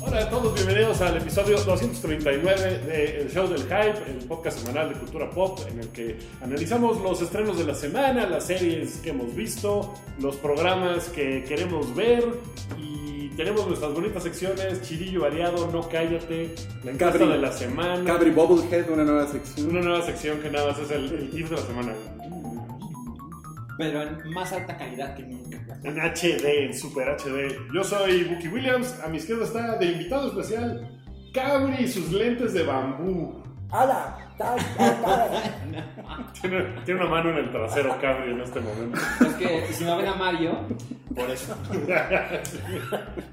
Hola a todos, bienvenidos al episodio 239 de El Show del Hype, el podcast semanal de cultura pop en el que analizamos los estrenos de la semana, las series que hemos visto, los programas que queremos ver y tenemos nuestras bonitas secciones, Chirillo Variado, No Cállate, La Encuesta Cabri. de la Semana, Cabri Bubblehead, una nueva sección. una nueva sección que nada más es el, el GIF de la semana, pero en más alta calidad que nunca. en HD, en Super HD. Yo soy Bucky Williams, a mi izquierda está de invitado especial Cabri y sus lentes de bambú. ¡Hala! ¡Tal, tal, tal! Tiene, tiene una mano en el trasero, Cabri, en este momento. Es que si no ven a Mario, Por eso.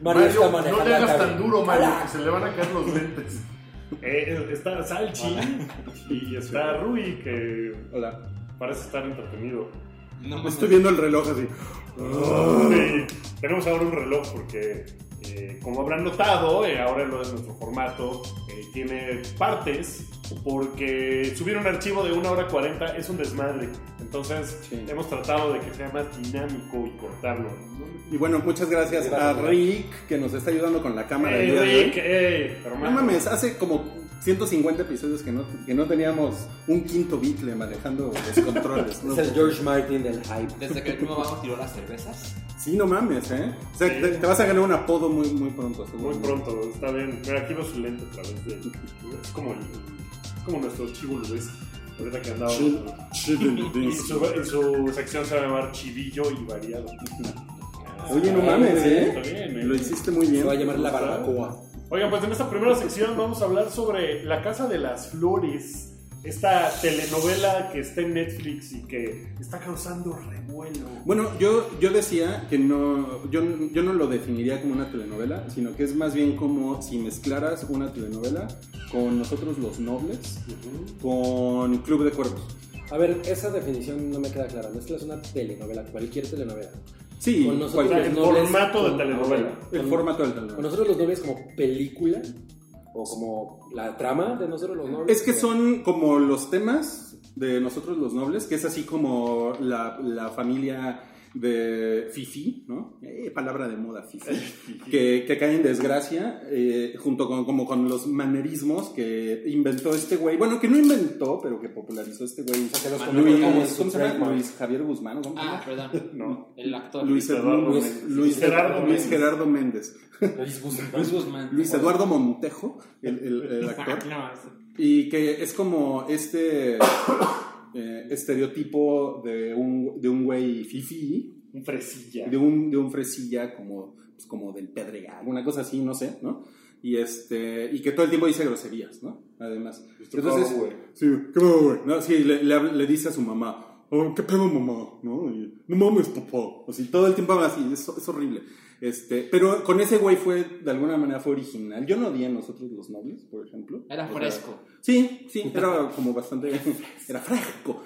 Mario, está manejando no le hagas acá. tan duro, Mario, ¡Hala! que se le van a caer los lentes. Eh, está Salchi y está Rui, que Hola. parece estar entretenido. no me Estoy viendo el reloj así. Sí, tenemos ahora un reloj porque, eh, como habrán notado, eh, ahora lo de nuestro formato eh, tiene partes porque subir un archivo de 1 hora 40 es un desmadre. Entonces Sí. hemos tratado de que sea más dinámico y cortarlo. Y bueno, muchas gracias a Rick que nos está ayudando con la cámara. el ¡Ey, día de Rick! hoy. ¡Ey! ¿eh? No hermano. mames, hace como 150 episodios que no, que no teníamos un quinto Beatle manejando los controles. ¿no? Es el George Martin del hype. Desde que el primo bajo tiró las cervezas. Sí, no mames, ¿eh? O sea, Sí. te, te vas a ganar un apodo muy, muy pronto. seguro. Muy pronto, está bien. Mira, aquí veo su lente otra vez. de- es, como el- es como nuestro chivo Luis. Ahorita que andaba. Chi- Y chi- su, y su sección se va a llamar Chivillo y Variado. Ah, Oye, no mames, Está ¿eh? bien, ¿eh? Lo hiciste muy Se bien. va a llamar la barbacoa. Oigan, pues en esta primera sección vamos a hablar sobre La Casa de las Flores. Esta telenovela que está en Netflix y que está causando revuelo. Bueno, yo, yo decía que no, yo, yo no lo definiría como una telenovela, sino que es más bien como si mezclaras una telenovela con nosotros los nobles, con Club de Cuervos. A ver, esa definición no me queda clara. Mezclas una telenovela, cualquier telenovela. Sí, Con nosotros O sea, cualquier- el los nobles, formato de con- telenovela. con- el formato del Con telenovela. nosotros los nobles como película o como la trama de nosotros los nobles. Es que son como los temas de nosotros los nobles, que es así como la, la familia de Fifi, ¿no? Eh, palabra de moda, Fifi. que, que cae en desgracia, eh, junto con, como con los manerismos que inventó este güey. Bueno, que no inventó, pero que popularizó este O güey. sea, que los Manuel Luis, convirtieron en su ¿cómo se llama? trademark. Luis Javier Guzmán, ¿o cómo se Ah, llama? perdón, No. el actor. Luis, Eduardo Luis- Méndez. Luis- Gerardo Luis Méndez. Gerardo Méndez. Luis Guzmán. Luis Guzmán. Luis Eduardo Montejo, el- el- el actor. No, es- Y que es como este eh, estereotipo de un, de un güey fifi, Un fresilla. de un, de un fresilla como, pues, como del pedregal, una cosa así, no sé, ¿no? Y, este, y que todo el tiempo dice groserías, ¿no? Además. Entonces, sí, ¿qué pedo, güey? No, sí, le, le habla- le dice a su mamá, "Oh, ¿qué pedo, mamá? ¿No? Y, no mames, papá. Así, todo el tiempo habla así, es, es horrible. Este, pero con ese güey fue, de alguna manera, fue original. Yo no odié a nosotros los nobles, por ejemplo. Era O sea, fresco. Sí, sí, era como bastante. Era fresco.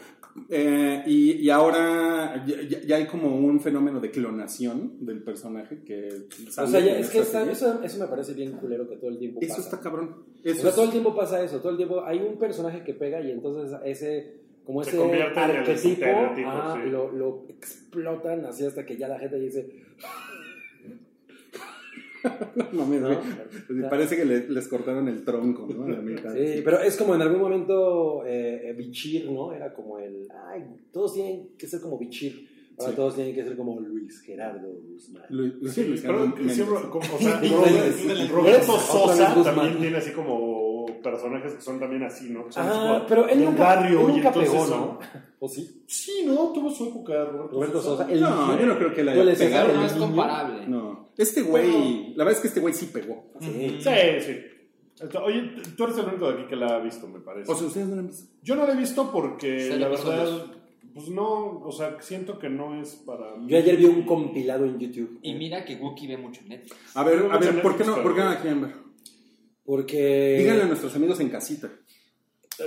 Eh, y, y ahora ya, ya- ya hay como un fenómeno de clonación del personaje que. O sale sea, ya- en es que esta está- serie. eso, eso me parece bien culero que todo el tiempo Eso pasa. está cabrón. O Eso sea, es- todo el tiempo pasa eso, todo el tiempo hay un personaje que pega y entonces ese, como Se ese convierte en el arquetipo, estereotipo, ajá, sí. lo, lo explotan así hasta que ya la gente dice, no mames, ¿no? güey. sea, Parece que le- les cortaron el tronco, ¿no? A la mitad. sí, pero es como en algún momento eh, eh, Bichir, ¿no? Era como el, ay, todos tienen que ser como Bichir, ahora Sí. todos tienen que ser como Luis Gerardo Guzmán. Lu- Sí, sí, Luis pero Gerardo Méndez. siempre, como- o sea, Luis Robert- Méndez. Roberto Otra Sosa vez Guzmán. también tiene así como personajes que son también así, ¿no? Que son Ah, como pero él del nunca, barrio él y nunca entonces pegó, son- ¿no? ¿O sí? Sí, ¿no? Tuvo su época Roberto, Roberto Sosa. el No, niño. yo no creo que la Yo haya les Pero pegado. el no es niño. comparable. No. Este güey, la verdad es que este güey sí pegó. Sí. Sí, sí. Esto- Oye, t- tú eres el único de aquí que la ha visto, me parece. O sea, ustedes no lo han visto. yo no la he visto porque Cero la personas. verdad, pues no, o sea, siento que no es para mí. Yo ayer vi un compilado en YouTube. Y mira que Wookie ve mucho Netflix. A ver, a ver, ¿por qué no, Netflix, por qué no pero- la quieren ver? Porque... Díganle a nuestros amigos en casita.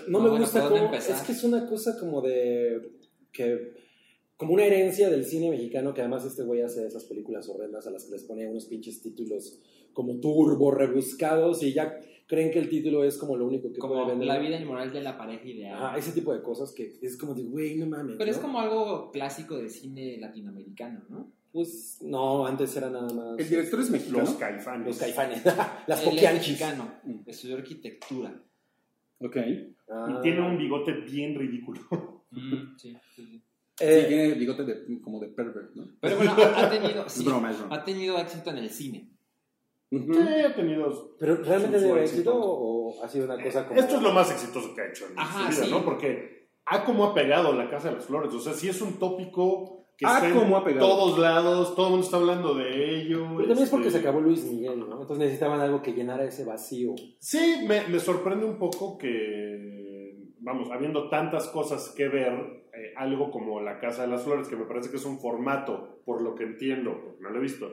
No Ah, me bueno, gusta ¿por dónde cómo. empezar? Es que es una cosa como de. que. como una herencia del cine mexicano, que además este güey hace esas películas horrendas a las que les pone unos pinches títulos como turbo, rebuscados, y ya creen que el título es como lo único que Como puede vender. la vida inmoral de la pareja ideal. Ajá, ese tipo de cosas que es como de, güey, no mames. Pero es ¿no? como algo clásico de cine latinoamericano, ¿no? Pues, no, antes era nada más. El director es mexicano. Los caifanes. Los caifanes. Las Él es poquianchis. mexicano, Mm. estudió arquitectura. Ok. Sí, Ah. Y tiene un bigote bien ridículo. Mm, sí, sí, sí. Eh, tiene bigote de, como de pervert, ¿no? Pero bueno, ha ha tenido, Es sí, broma, es broma. ha tenido éxito en el cine. Ujú. Sí, ha tenido. ¿Pero realmente Su- su de éxito. éxito o ha sido una cosa como.? Esto es lo más exitoso que ha hecho en Ajá, su vida, sí. ¿no? Porque ha como ha pegado la Casa de las Flores. O sea, sí es un tópico que Ha está en como ha pegado. todos lados, todo el mundo está hablando de ello. Pero también es porque este, se acabó Luis Miguel, ¿no? Entonces necesitaban algo que llenara ese vacío. Sí, me, me sorprende un poco que, vamos, habiendo tantas cosas que ver, eh, algo como La Casa de las Flores, que me parece que es un formato, por lo que entiendo, porque no lo he visto,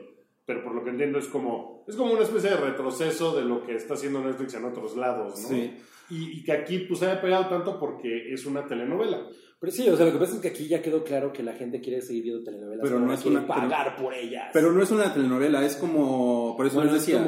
pero por lo que entiendo es como, es como una especie de retroceso de lo que está haciendo Netflix en otros lados, ¿no? Sí. Y, y que aquí pues haya pegado tanto porque es una telenovela. Pero sí, o sea, lo que pasa es que aquí ya quedó claro que la gente quiere seguir viendo telenovelas. Pero pero no es quiere una- pagar por ellas. Pero no es una telenovela, es como. Por eso Bueno, les es decía. e,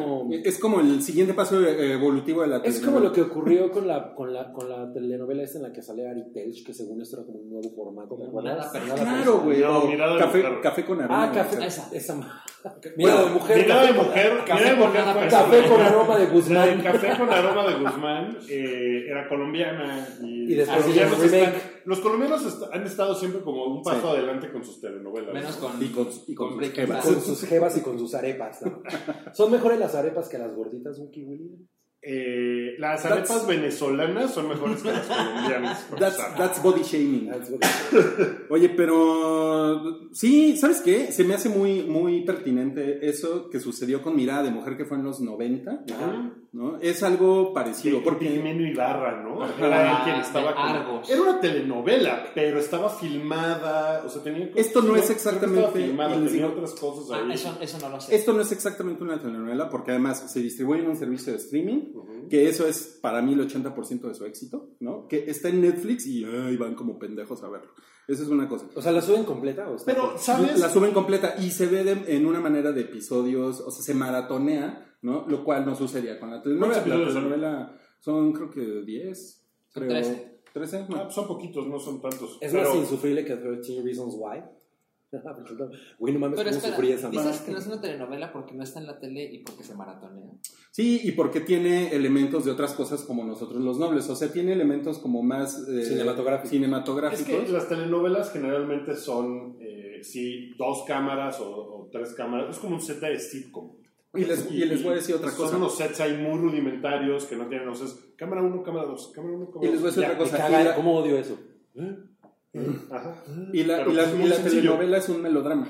Es como, como- el siguiente paso eh, evolutivo de la es telenovela. como lo que ocurrió con la, con la, con la telenovela esta en la que sale Ari Telch, que según esto era como un nuevo formato. ¿te acuerdas? Nada, pero nada Claro, güey. No, o mirada de café, mujer. café con aroma. Ah, café. o sea, Esa, esa. ma- Bueno, Mira, de mujer. Mirada café de mujer, con- mirada de café con- mujer fue- Café con aroma de La de Guzmán. Café con aroma de Guzmán eh, era colombiana. Y, Y Ah, después los colombianos hicieron remake. están- los colombianos est- han estado siempre como un paso Sí. adelante con sus telenovelas. Menos ¿no? con, Y con- y con sus Breaking Bad. Con sus jevas y con sus arepas. ¿no? Son mejores las arepas que las gorditas, un kiwi. Eh, las That's- arepas venezolanas son mejores que las colombianas. por That's, saber. that's body shaming. Ah, es lo que- Oye, pero sí, ¿sabes qué? Se me hace muy, muy pertinente eso que sucedió con Mirada de Mujer que fue en los 90, Ajá. ¿no? Es algo Sí, parecido, porque porque Jimeno Ibarra, ¿no? Ajá. Era él Ah, quien de estaba como- Argos. Era una telenovela, pero estaba filmada, o sea, tenía Esto no es creo que estaba exactamente filmada, el- tenía otras cosas Ah, ahí. eso, eso no lo sé. esto no es exactamente una telenovela, porque además se distribuye en un servicio de streaming, Ujú. que eso es para mí el 80% de su éxito, ¿no? Que está en Netflix y ay, van como pendejos a verlo. Esa es una cosa. O sea, ¿la suben completa o está? Pero, ¿sabes? La suben completa y se ve de- en una manera de episodios, o sea, se maratonea, ¿no? Lo cual no sucedía con la telenovela. ¿Cuántos La episodios son? telenovela son, creo que 10, Son creo. trece. 13, Ah, no. son poquitos, no son tantos. Es pero- más insufrible que 13 Reasons Why. Ah, Güey, no mames, Pero cómo espera, sufrí esa dices madre. que no es una telenovela porque no está en la tele y porque se maratonea. Sí, y porque tiene elementos de otras cosas como nosotros los nobles, o sea, tiene elementos como más eh, Cinematográficos. Es cinematográficos. que las telenovelas generalmente son, eh, sí, dos cámaras o, o tres cámaras. Es como un set de sitcom. Y les- y les voy a decir otra cosa. Son unos sets ahí muy rudimentarios que no tienen, o sea, es cámara 1, cámara 2, cámara 1, cámara Y les voy a decir Ya. otra cosa. Me y caga, la- ¿Cómo odio eso? Ajá. Y la, Pero y la- pues es muy y la sencillo. telenovela es un melodrama.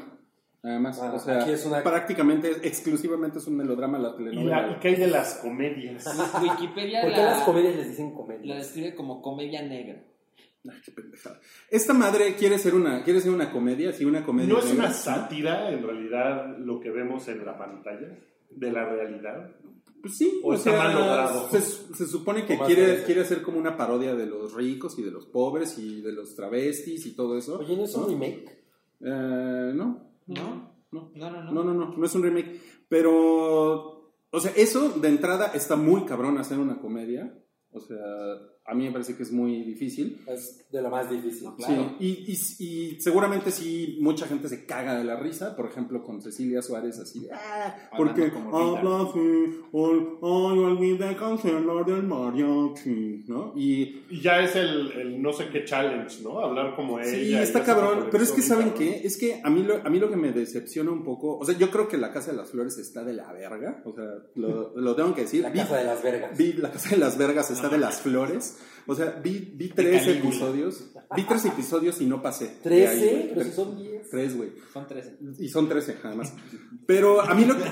Además, Ah, o sea, aquí es una- prácticamente exclusivamente es un melodrama la Y, la, telenovela. y que hay de las comedias. Wikipedia ¿Por la, qué a las comedias les dicen la comedias? describe como comedia negra. Ay, qué pendejada. Esta madre quiere ser una, quiere ser una comedia, sí, una comedia. No es negra. una sátira, en realidad, lo que vemos en la pantalla de la realidad. Pues sí, O está mal logrado. Se, se supone que O más quiere, parece. quiere hacer como una parodia de los ricos y de los pobres y de los travestis y todo eso. Oye, ¿no es un remake? Eh, no, ¿No? no. No, no, no. No, no, no, no es un remake. Pero, o sea, eso de entrada está muy cabrón hacer una comedia. O sea, a mí me parece que es muy difícil. Es de lo más difícil. Sí, y, y- y seguramente sí, mucha gente se caga de la risa, por ejemplo, con Cecilia Suárez, así de, ah, porque como Rita. habla así, ol- ay, olvidé cancelar del mariachi, ¿no? Y Y ya es el, el no sé qué challenge, ¿no? Hablar como ella. sí, y está esa cabrón, pero es que colección, ¿saben cabrón. qué? Es que a mí, lo, a mí lo que me decepciona un poco, o sea, yo creo que La Casa de las Flores está de la verga, o sea, lo, lo tengo que decir. La Vi- casa de las vergas. Vi La Casa de las Vergas, está de las flores. O sea, vi, vi tres Calígula. episodios. Vi tres episodios y no pasé. De ahí, ¿Trece? güey. Pero si son diez. Tres, güey. Son 13. Y son 13, además. Pero a mí lo que,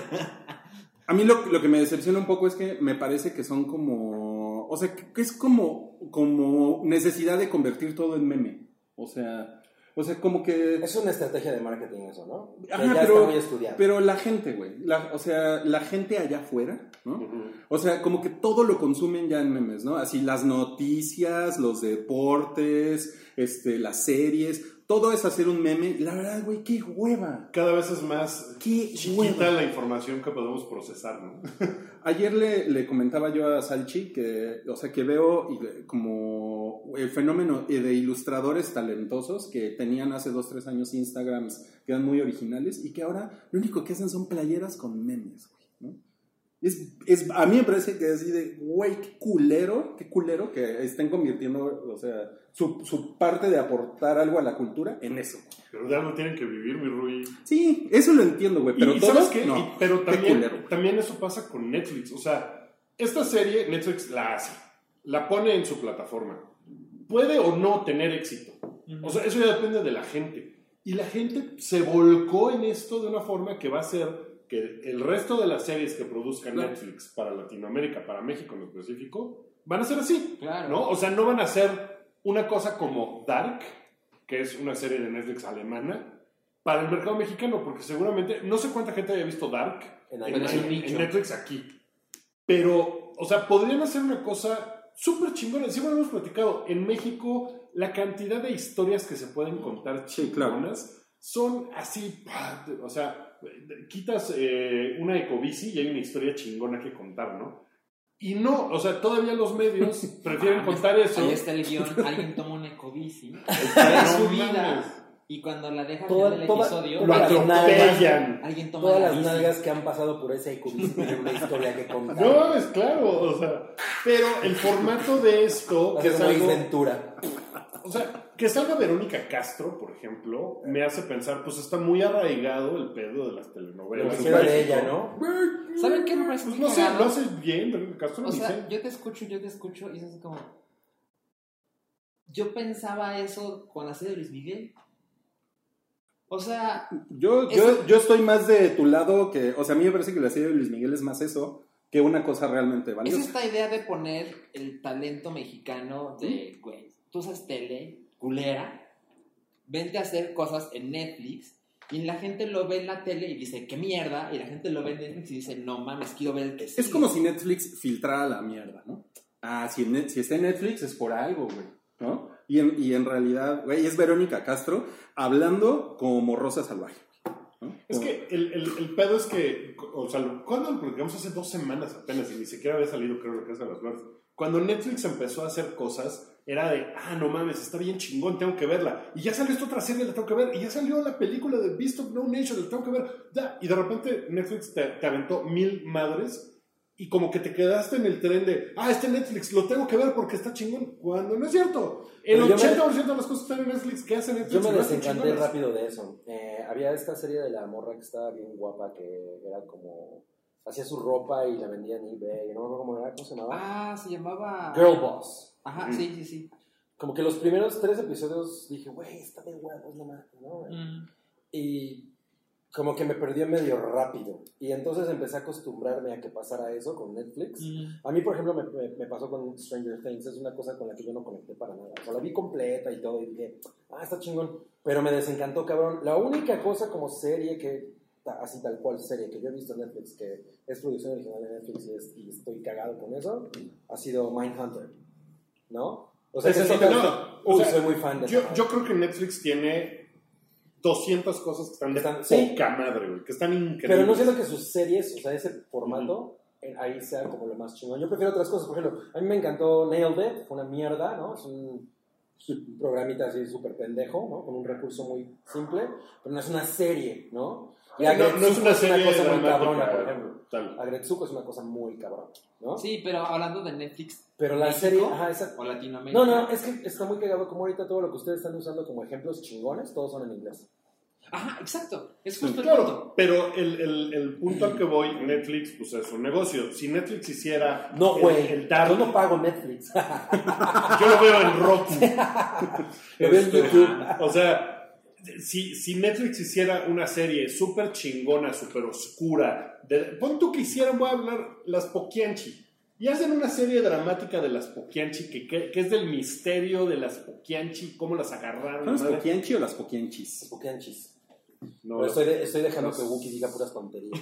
a mí lo, lo que me decepciona un poco es que me parece que son como. O sea, que es como, como necesidad de convertir todo en meme. O sea, o sea como que. Es una estrategia de marketing eso, ¿no? Que Ajá, ya pero- está muy estudiado. Pero la gente, güey. la- O sea, la gente allá afuera, ¿no? Ujú. O sea, como que todo lo consumen ya en memes, ¿no? Así las noticias, los deportes, este, las series, Todo es hacer un meme. La verdad, güey, qué hueva. Cada vez es más Qué chiquita hueva. la información que podemos procesar, ¿no? Ayer le, le comentaba yo a Salchi que, o sea, que veo y le- como el fenómeno de ilustradores talentosos que tenían hace dos, tres años Instagrams que eran muy originales y que ahora lo único que hacen son playeras con memes, güey, ¿no? Es, es- a mí me parece que así de, güey, qué culero, qué culero que estén convirtiendo, o sea, su, su parte de aportar algo a la cultura en eso. Pero ya no tienen que vivir, mi Rui. Sí, eso lo entiendo, güey, pero y, todos, ¿sabes qué? no, Y- pero qué también, culero, güey. también eso pasa con Netflix. O sea, esta serie Netflix la hace, la pone en su plataforma. Puede o no tener éxito. O sea, eso ya depende de la gente. Y la gente se volcó en esto de una forma que va a hacer que el resto de las series que produzca Claro. Netflix para Latinoamérica, para México en específico, van a ser así. Claro. ¿no? O sea, no van a ser una cosa como Dark, que es una serie de Netflix alemana, para el mercado mexicano, porque seguramente, no sé cuánta gente haya visto Dark En en, Alemania. en- en Netflix aquí. Pero, o sea, podrían hacer una cosa súper chingona. Siempre lo hemos platicado, en México la cantidad de historias que se pueden contar Sí, claro. chingonas son así, pa, o sea, quitas eh, una ecobici y hay una historia chingona que contar, ¿no? Y no, o sea, todavía los medios prefieren contar eso. Ahí está el guión. Alguien toma una ecobici. Pero en su no mames, vida. Y cuando la deja Toda- en el toda- episodio, Lo toda- atropellan. alguien toma Todas la las bici. nalgas que han pasado por ese ecubici tienen una historia que contar. No mames, claro, o sea. Pero el formato de esto, que Hace es como Ace algo Ventura. O sea, que salga Verónica Castro, por ejemplo, me hace pensar, pues está muy arraigado el pedo de las Lo telenovelas. pues en que hicieron de México. ella, ¿no? ¿Saben qué me parece Pues muy no sé, cagado? lo hace bien, Verónica Castro. O ni sea, sé. yo te escucho, yo te escucho, y es así como. Yo pensaba eso con la serie de Luis Miguel. O sea, Yo, yo, yo estoy más de tu lado que, o sea, a mí me parece que la serie de Luis Miguel es más eso que una cosa realmente es valiosa. esta idea de poner el talento mexicano de, güey, tú sabes tele, culera, vente a hacer cosas en Netflix, y la gente lo ve en la tele y dice, qué mierda, y la gente lo ve en Netflix y dice, no mames, quiero ver el que Es sigue". como si Netflix filtrara la mierda, ¿no? Ah, si, en Net- si está en Netflix es por algo, güey, ¿no? Y en, y en realidad, güey, es Verónica Castro hablando como Rosa Salvaje. ¿no? Es Como- que el, el- el pedo es que, o sea, lo- cuando lo platicamos hace dos semanas apenas y ni siquiera había salido, creo, la Casa de las Flores. Cuando Netflix empezó a hacer cosas, era de, ah, no mames, está bien chingón, tengo que verla. Y ya salió esta otra serie, la tengo que ver. Y ya salió la película de Beast of No Nation, la tengo que ver. Ya. Y de repente Netflix te, te aventó mil madres y como que te quedaste en el tren de, ah, este Netflix, lo tengo que ver porque está chingón. Cuando no es cierto. El Pero yo me- 80% de las cosas que están en Netflix, ¿qué hace Netflix? Yo me No están desencanté chingonas. rápido de eso. Eh, había esta serie de la morra que estaba bien guapa, que era como... Hacía su ropa y la vendía en eBay. No me acuerdo cómo era, ¿cómo se llamaba? Ah, se llamaba... Girl Boss. Ajá, Mm. sí, sí, sí. Como que los primeros tres episodios dije, güey, está de huevos, no mames, ¿no? güey?" Mm. Y como que me perdió medio rápido. Y entonces empecé a acostumbrarme a que pasara eso con Netflix. A mí, por ejemplo, me, me- me pasó con Stranger Things. Es una cosa con la que yo no conecté para nada. O sea, la vi completa y todo y dije, ah, está chingón. Pero me desencantó, cabrón. La única cosa como serie que, ta- así tal cual serie que yo he visto en Netflix, que es producción original de Netflix y, es- y estoy cagado con eso, ha sido Mindhunter. ¿No? O sea, Ese es sí, otra- no. Uy, O sea, soy muy fan de Yo, esa madre. yo creo que Netflix tiene 200 cosas que están de Están- sí. poca madre, güey, que están increíbles. Pero no siento que sus series, o sea, ese formato, eh, ahí sea como lo más chingón. Yo prefiero otras cosas. Por ejemplo, a mí me encantó Nailed It, fue una mierda, ¿no? Es un, es un programita así súper pendejo, ¿no? Con un recurso muy simple, pero no es una serie, ¿no? Y no, no es Agretsuko una serie cosa muy dramática, cabrona, por ejemplo. tal. Agretsuko es una cosa muy cabrona, ¿no? Sí, pero hablando de Netflix Pero la ¿México? serie, ajá, esa, o Latinoamérica. no, no, es que está muy cagado como ahorita todo lo que ustedes están usando como ejemplos chingones, todos son en inglés. Ajá, exacto. Es Sí, justo el punto. claro, pero el, el- el punto al que voy, Netflix, pues es un negocio. Si Netflix hiciera No, el- güey, el Dark, yo no pago Netflix. yo lo veo en Roku. Lo veo en Este, YouTube. O sea, si, si Netflix hiciera una serie súper chingona, súper oscura, de, pon tú que hicieran, voy a hablar, las Poquianchi. Y hacen una serie dramática de las Poquianchi, que, que, que es del misterio de las Poquianchi, cómo las agarraron. ¿Son las madre. poquianchi o las poquianchis? Poquianchis. No, Pero estoy, de- estoy dejando no. que Wookie diga puras tonterías.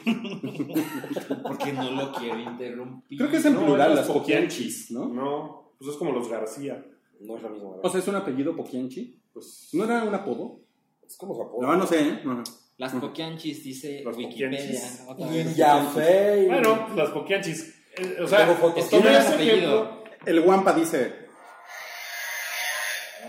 Porque no lo quiero interrumpir. Creo que es en no, plural eran las poquianchis, ¿no? No, pues es como los García. No es lo mismo. O sea, es un apellido poquianchi. Pues, ¿No era un apodo? Es como su apodo. No, no sé, ¿eh? Ajá. Las poquianchis, dice Las Wikipedia. poquianchis. otra Y vez. ya fe. y- bueno, las poquianchis. Eh, O sea, Tengo fotos. tomé Tiene ese apellido. ejemplo. El Wampa dice.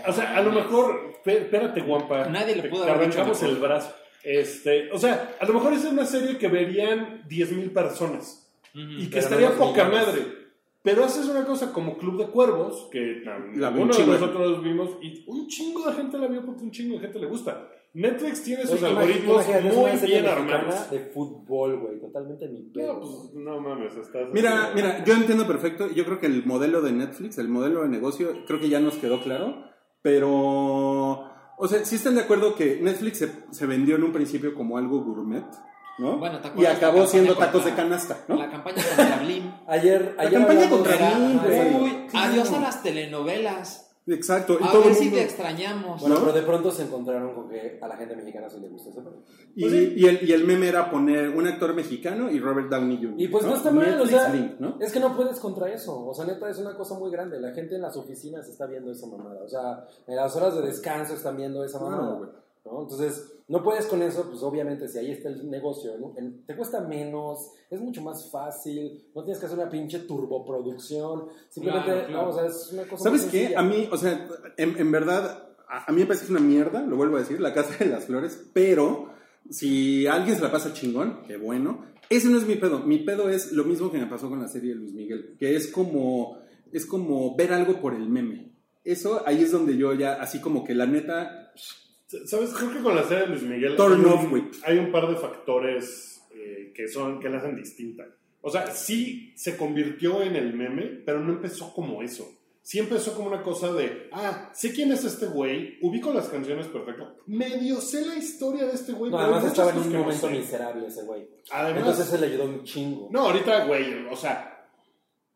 O sea, a lo mejor, pe- espérate, Guampa. Nadie le te- pudo te haber dicho arrancamos mejor. el brazo. Este, o sea, a lo mejor es una serie que verían 10.000 personas Mm, y que Pero estaría no los poca millones. madre. Pero haces una cosa como Club de Cuervos, que tan- La ve un ninguno de chingo de nosotros vimos, y un chingo de gente la vio porque un chingo de gente le gusta. Netflix tiene Oye, sus imagínate, algoritmos imagínate, es muy una serie bien mexicana armados. De fútbol, güey, totalmente mi pedo. No, pues, no mames, estás. Mira, mira, yo entiendo perfecto. Yo creo que el modelo de Netflix, el modelo de negocio, creo que ya nos quedó claro. Pero. O sea, sí están de acuerdo que Netflix se, se vendió en un principio como algo gourmet, ¿no? Bueno, ¿te y acuerdas la acabó campaña siendo contra- tacos de canasta, ¿no? La campaña contra Blim. ayer, La ayer campaña hablamos- contra Ajá, mí, sí. güey. Uy, adiós a las telenovelas. Exacto. Y Ah, A todo ver el si mundo. te extrañamos. Bueno, ¿No? pero de pronto se encontraron con que a la gente mexicana sí le gusta ese pedo. Y, y el, y el meme era poner un actor mexicano y Robert Downey Jr. Y pues no está mal, Netflix o sea, Link, ¿no? Es que no puedes contra eso. O sea, neta, es una cosa muy grande. La gente en las oficinas está viendo esa mamada. O sea, en las horas de descanso están viendo esa Claro, mamada. güey. ¿no? Entonces, no puedes con eso, pues obviamente, si ahí está el negocio, ¿no? En- te cuesta menos, es mucho más fácil, no tienes que hacer una pinche turboproducción. Simplemente, Claro, claro. no, o sea, es una cosa. ¿Sabes muy qué? sencilla. A mí, o sea, en, en verdad, a, a mí me parece que es una mierda, lo vuelvo a decir, la Casa de las Flores, pero si alguien se la pasa chingón, qué bueno. Ese no es mi pedo. Mi pedo es lo mismo que me pasó con la serie de Luis Miguel, que es como, es como ver algo por el meme. Eso ahí es donde yo ya, así como que la neta, ¿Sabes? Creo que con la serie de Luis Miguel hay, Turn un- off, güey. hay un par de factores eh, que son que la hacen distinta. O sea, sí se convirtió en el meme, pero no empezó como eso. Sí empezó como una cosa de, ah, sé quién es este güey, ubico las canciones perfecto, medio sé la historia de este güey. No, pero además hay estaba en muchas un cosas momento que no sé. miserable ese güey. Además, Entonces, se le ayudó un chingo. no, ahorita, güey, o sea,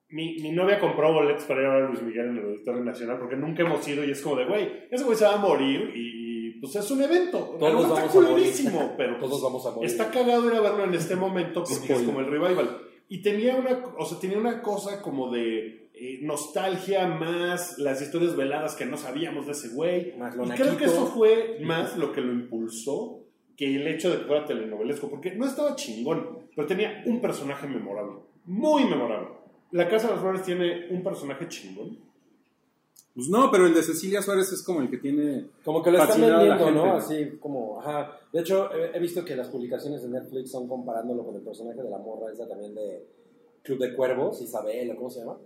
mi, mi novia compró boletos para ir a ver a Luis Miguel en el Auditorio Nacional porque nunca hemos ido y es como de, güey, ese güey se va a morir y, pues es un evento. Todos Algo vamos está a morir. culerísimo, pero pues, Todos vamos a morir. está cagado ir a verlo en este momento porque es Spoiler. como el revival. Y tenía una, o sea, tenía una cosa como de eh, nostalgia más las historias veladas que no sabíamos de ese güey. Más Y Lonaquito. creo que eso fue más lo que lo impulsó que el hecho de que fuera telenovelesco, porque no estaba chingón, pero tenía un personaje memorable, muy memorable. La Casa de las Flores tiene un personaje chingón. pues no, pero el de Cecilia Suárez es como el que tiene... Como que lo están fascinar a la vendiendo, ¿no? gente. Así como, ajá. De hecho, he, he visto que las publicaciones de Netflix son comparándolo con el personaje de la morra esa también de Club de Cuervos, Isabel, ¿o ¿cómo se llama?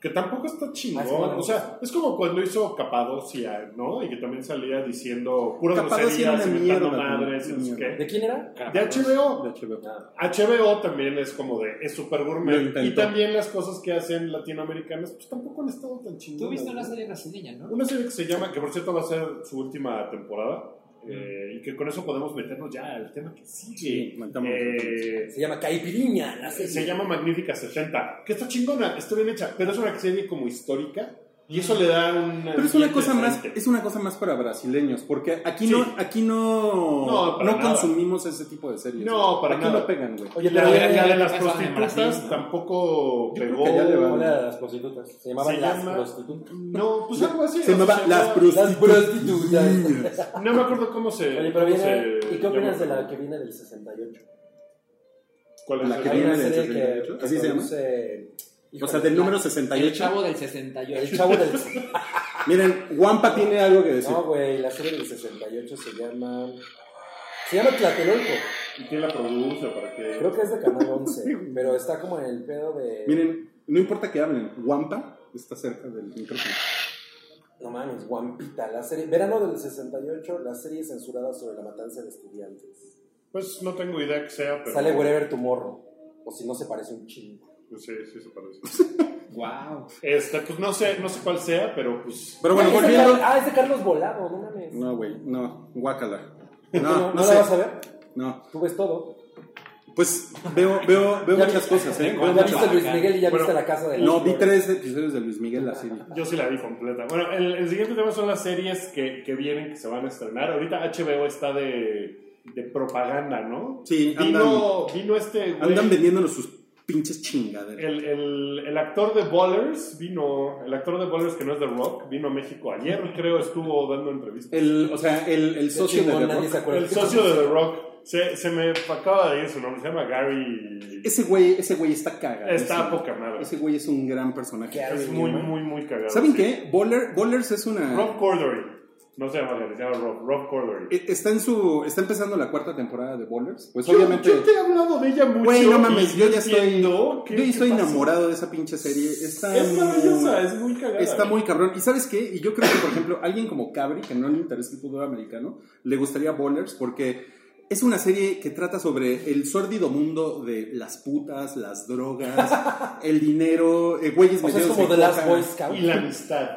Que tampoco está chingón. Ah, sí, bueno. o sea, es como cuando hizo Capadocia, ¿no? Y que también salía diciendo puras Capadocia groserías, era una inventando mierda, madres, y una no sé qué. mierda. ¿De quién era? De HBO. De HBO. Ah, HBO también es como de, es super Lo gourmet. intentó. Y también las cosas que hacen latinoamericanas, pues tampoco han estado tan chingonas. Tú viste una ¿no? serie brasileña, ¿no? Una serie que se llama, que por cierto va a ser su última temporada, eh, y que con eso podemos meternos ya al tema que Sí, sigue. matamos. Eh, se llama Caipiriña, la serie. se llama Magnífica 70, que está chingona, está bien hecha, pero es una serie como histórica, y eso le da un... Pero es una cosa más, interesante. es una cosa más para brasileños, porque aquí Sí. no, aquí no, No, no, para nada. consumimos ese tipo de series. No, para aquí nada. no pegan, güey. Oye, La, pero de- la de las Eso en Brasil, prostitutas ¿no? tampoco Yo creo pegó. que ya le va. Hola de las prostitutas. Se llamaban Se las llama- prostitutas. No, pues algo así. Se o sea, llamaba se Las llama- Las prostitutas. Prostitutas. No me acuerdo cómo se... Oye, pero cómo viene, se ¿y qué opinas de llama. la que viene del 68? ¿Cuál es La que esa? Hay una viene del serie 68? que- ¿Así que se llama? produce- O sea, del número El 68. chavo del 68. El chavo del Miren, Wampa tiene algo que decir. No, güey, la serie del 68 se llama. Se llama Tlatelolco. ¿Y quién la produce? ¿Para qué? Creo que es de Canal 11, pero está como en el pedo de. Miren, no importa que hablen, Wampa está cerca del micrófono. No mames, Guampita, la serie. Verano del 68, la serie censurada sobre la matanza de estudiantes. Pues no tengo idea que sea, pero... Sale Wherever Tomorrow. O si no se parece un chingo. Pues sí, sí se parece. Wow. Este, pues no sé, no sé cuál sea, pero pues. Pero bueno, Ah, es de volviendo. Car- Ah, es de Carlos Volado, no mames. No, güey, no, guácala. ¿Tú No, no, no sé. la vas a ver? No, Tú ves todo. pues veo, veo, veo Ya muchas vi- cosas, ¿eh? Veo Ya muchas- viste Luis Miguel y ya Bueno, viste la casa de. No, las vi Flores. tres episodios de Luis Miguel la serie. Yo sí la vi completa. Bueno, el, el siguiente tema son las series que, que vienen, que se van a estrenar. Ahorita HBO está de, de propaganda, ¿no? Sí, andan, Vino, vino este. güey- andan vendiéndonos sus pinches chingaderas. El, el- el actor de Ballers vino, el actor de Ballers que no es de Rock, vino a México ayer, creo, estuvo dando entrevistas. El, o sea, el, el socio de chingón, The nadie Rock. se acuerda. El socio de The Rock, se, se me acaba de ir su nombre, se llama Gary. Ese güey, ese güey está cagado. Está Ese- poca madre. Ese güey es un gran personaje. Gary Es muy, Newman. muy, muy cagado. ¿Saben sí. qué? Bowler, Bowlers es una... Rob Corddry. No se llama Gary, se llama Rob, Rob Corddry. e- Está en su... Está empezando la cuarta temporada de Bowlers. Pues Yo- obviamente... Yo, te he hablado de ella mucho. Güey, no mames, y yo ya estoy... entiendo que- yo ya estoy que pasa. enamorado de esa pinche serie. Está Es muy- maravillosa, es muy cagada. Está muy cabrón. ¿Y sabes qué? Y yo creo que, por ejemplo, alguien como Cabri, que no le interesa el fútbol americano, le gustaría Bowlers porque es una serie que trata sobre el sórdido mundo de las putas, las drogas, el dinero, eh, güeyes O sea, es metiéndose como The Last coca- Boy Scout. Y la amistad.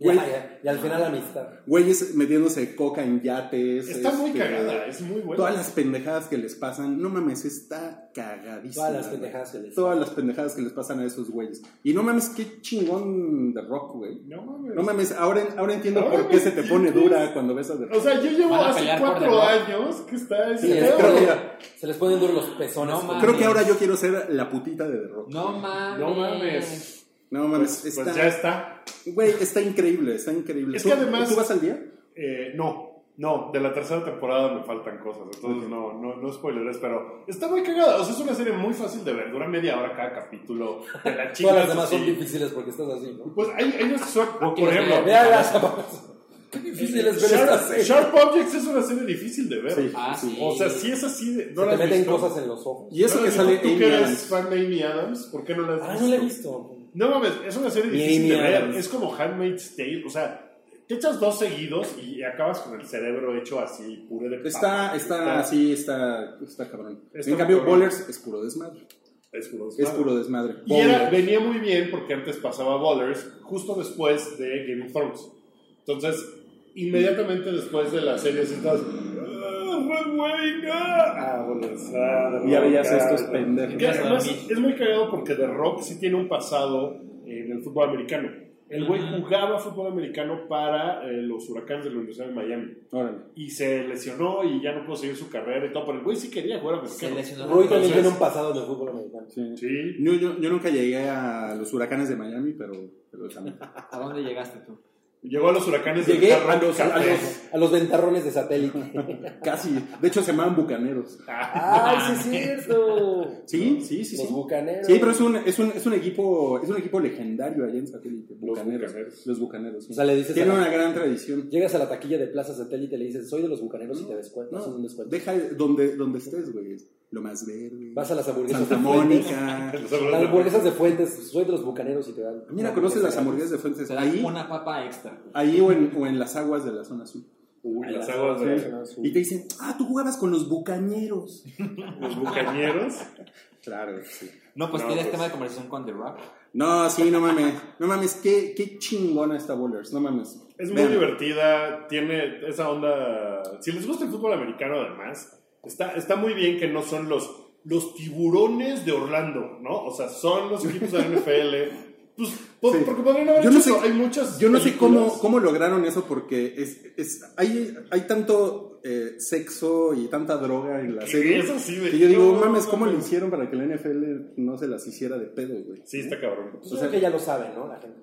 Y, Güey. y- y al final la amistad. Güeyes metiéndose coca en yates. Está muy este, cagada, es muy buena. Todas las pendejadas que les pasan, no mames, está cagadísima. Todas las pendejadas que les- Todas las pendejadas que les pasan a esos güeyes. Y no mames, qué chingón de rock, güey. No mames. No mames, ahora, ahora entiendo Ahora por qué me se te pone entiendes. dura cuando ves a The O Rock. sea, yo llevo Van a hace pelear por cuatro The años que está ese Sí, es- pedo. creo que- Se les pueden durar los pezones. No, man. Creo que ahora yo quiero ser la putita de The Rock. No mames. No mames. No mames, Pues, está, pues ya está. güey, está increíble, está increíble. Es ¿Tú- que además- ¿Tú vas al día? Eh, no, no, de la tercera temporada me faltan cosas, entonces no, no, no spoilerés, pero está muy cagada. O sea, es una serie muy fácil de ver, dura media hora cada capítulo. De la chica, Todas las demás así. son difíciles porque estás así, ¿no? Pues hay, hay unas que son, Aquí por los ejemplo, veo. Vean las Qué difícil es ver esta Sharp, serie. Sharp Objects es una serie difícil de ver. Ah, sí. O sea, si es así, de, no la Se te has meten visto. cosas en los ojos. Y eso No, que ¿y sale tú Amy que eres Adams. fan de Amy Adams, ¿por qué no la has Ah, visto? no la he visto. No mames, es una serie Ni difícil de Amy ver. Adams. Es como Handmaid's Tale. O sea, te echas dos seguidos y acabas con el cerebro hecho así, puré de papa. Está, está, sí, está, está cabrón. Está en muy cambio, cabrón. Bowlers es puro desmadre. Es puro Es desmadre. puro desmadre. Y era, Bowlers. venía muy bien porque antes pasaba Ballers justo después de Game of Thrones. Entonces, inmediatamente después de las series estas... "Ah, revuelga". Ah, Ballers, ah, Ya veías revuelga. estos pendejos. Que además es muy cagado porque The Rock sí tiene un pasado en el fútbol americano. El güey jugaba fútbol americano para eh, los huracanes de la Universidad de Miami. Órale. Y se lesionó y ya no pudo seguir su carrera y todo. Pero el güey sí quería jugar a Se mexicano. lesionó la Rui también Entonces- tiene un pasado en el fútbol americano. Sí. Sí. Yo, yo, yo nunca llegué a los huracanes de Miami, pero, pero también. ¿A dónde llegaste tú? Llegó a los huracanes de Llegué a Carranca, los, a los- a los ventarrones de satélite. Casi. De hecho, se llamaban bucaneros. ¡Ay, sí es cierto! Sí, sí, sí. Los sí. bucaneros. Sí, pero es un, es un, es un equipo es un equipo legendario allá en Satélite. Bucaneros. Bucaneros. Los Bucaneros. sí. O sea, le dices Tiene a la- una gran tradición. Llegas a la taquilla de Plaza Satélite y le dices, soy de los bucaneros y te descuentas. No, haces un descuento. deja donde, donde estés, güey. Lo más verde. Vas a las hamburguesas Santa de Fuentes. Mónica. Las hamburguesas de Fuentes, soy de los bucaneros y te dan. Mira, conoces las hamburguesas de Fuentes. Se da Pues Ahí, una papa extra. ahí o, en, o en las aguas de la zona azul. Uy, Ay, las las aguas aguas de azul. Y te dicen, ah, tú jugabas con los bucaneros. los bucañeros. Claro, sí. No, pues No, tienes pues. tema de conversación con The Rock. No, sí, no mames. No mames, qué, qué chingona está Bowlers. No mames. Es muy Vean. divertida, tiene esa onda. Si les gusta el fútbol americano, además, está, está muy bien que no son los, los tiburones de Orlando, ¿no? O sea, son los equipos de la NFL. Pues, po- Sí. porque podrían haber Yo no hecho sé- eso. hay muchas. Yo no sé cómo, películas. cómo lograron eso porque es, es, hay, hay tanto eh, sexo y tanta droga en la Que serie. es así de- Que yo digo, no, mames, no, ¿cómo no. lo hicieron para que la NFL no se las hiciera de pedo, güey? Sí, está cabrón. Pues yo creo que ya lo saben, ¿no? La gente.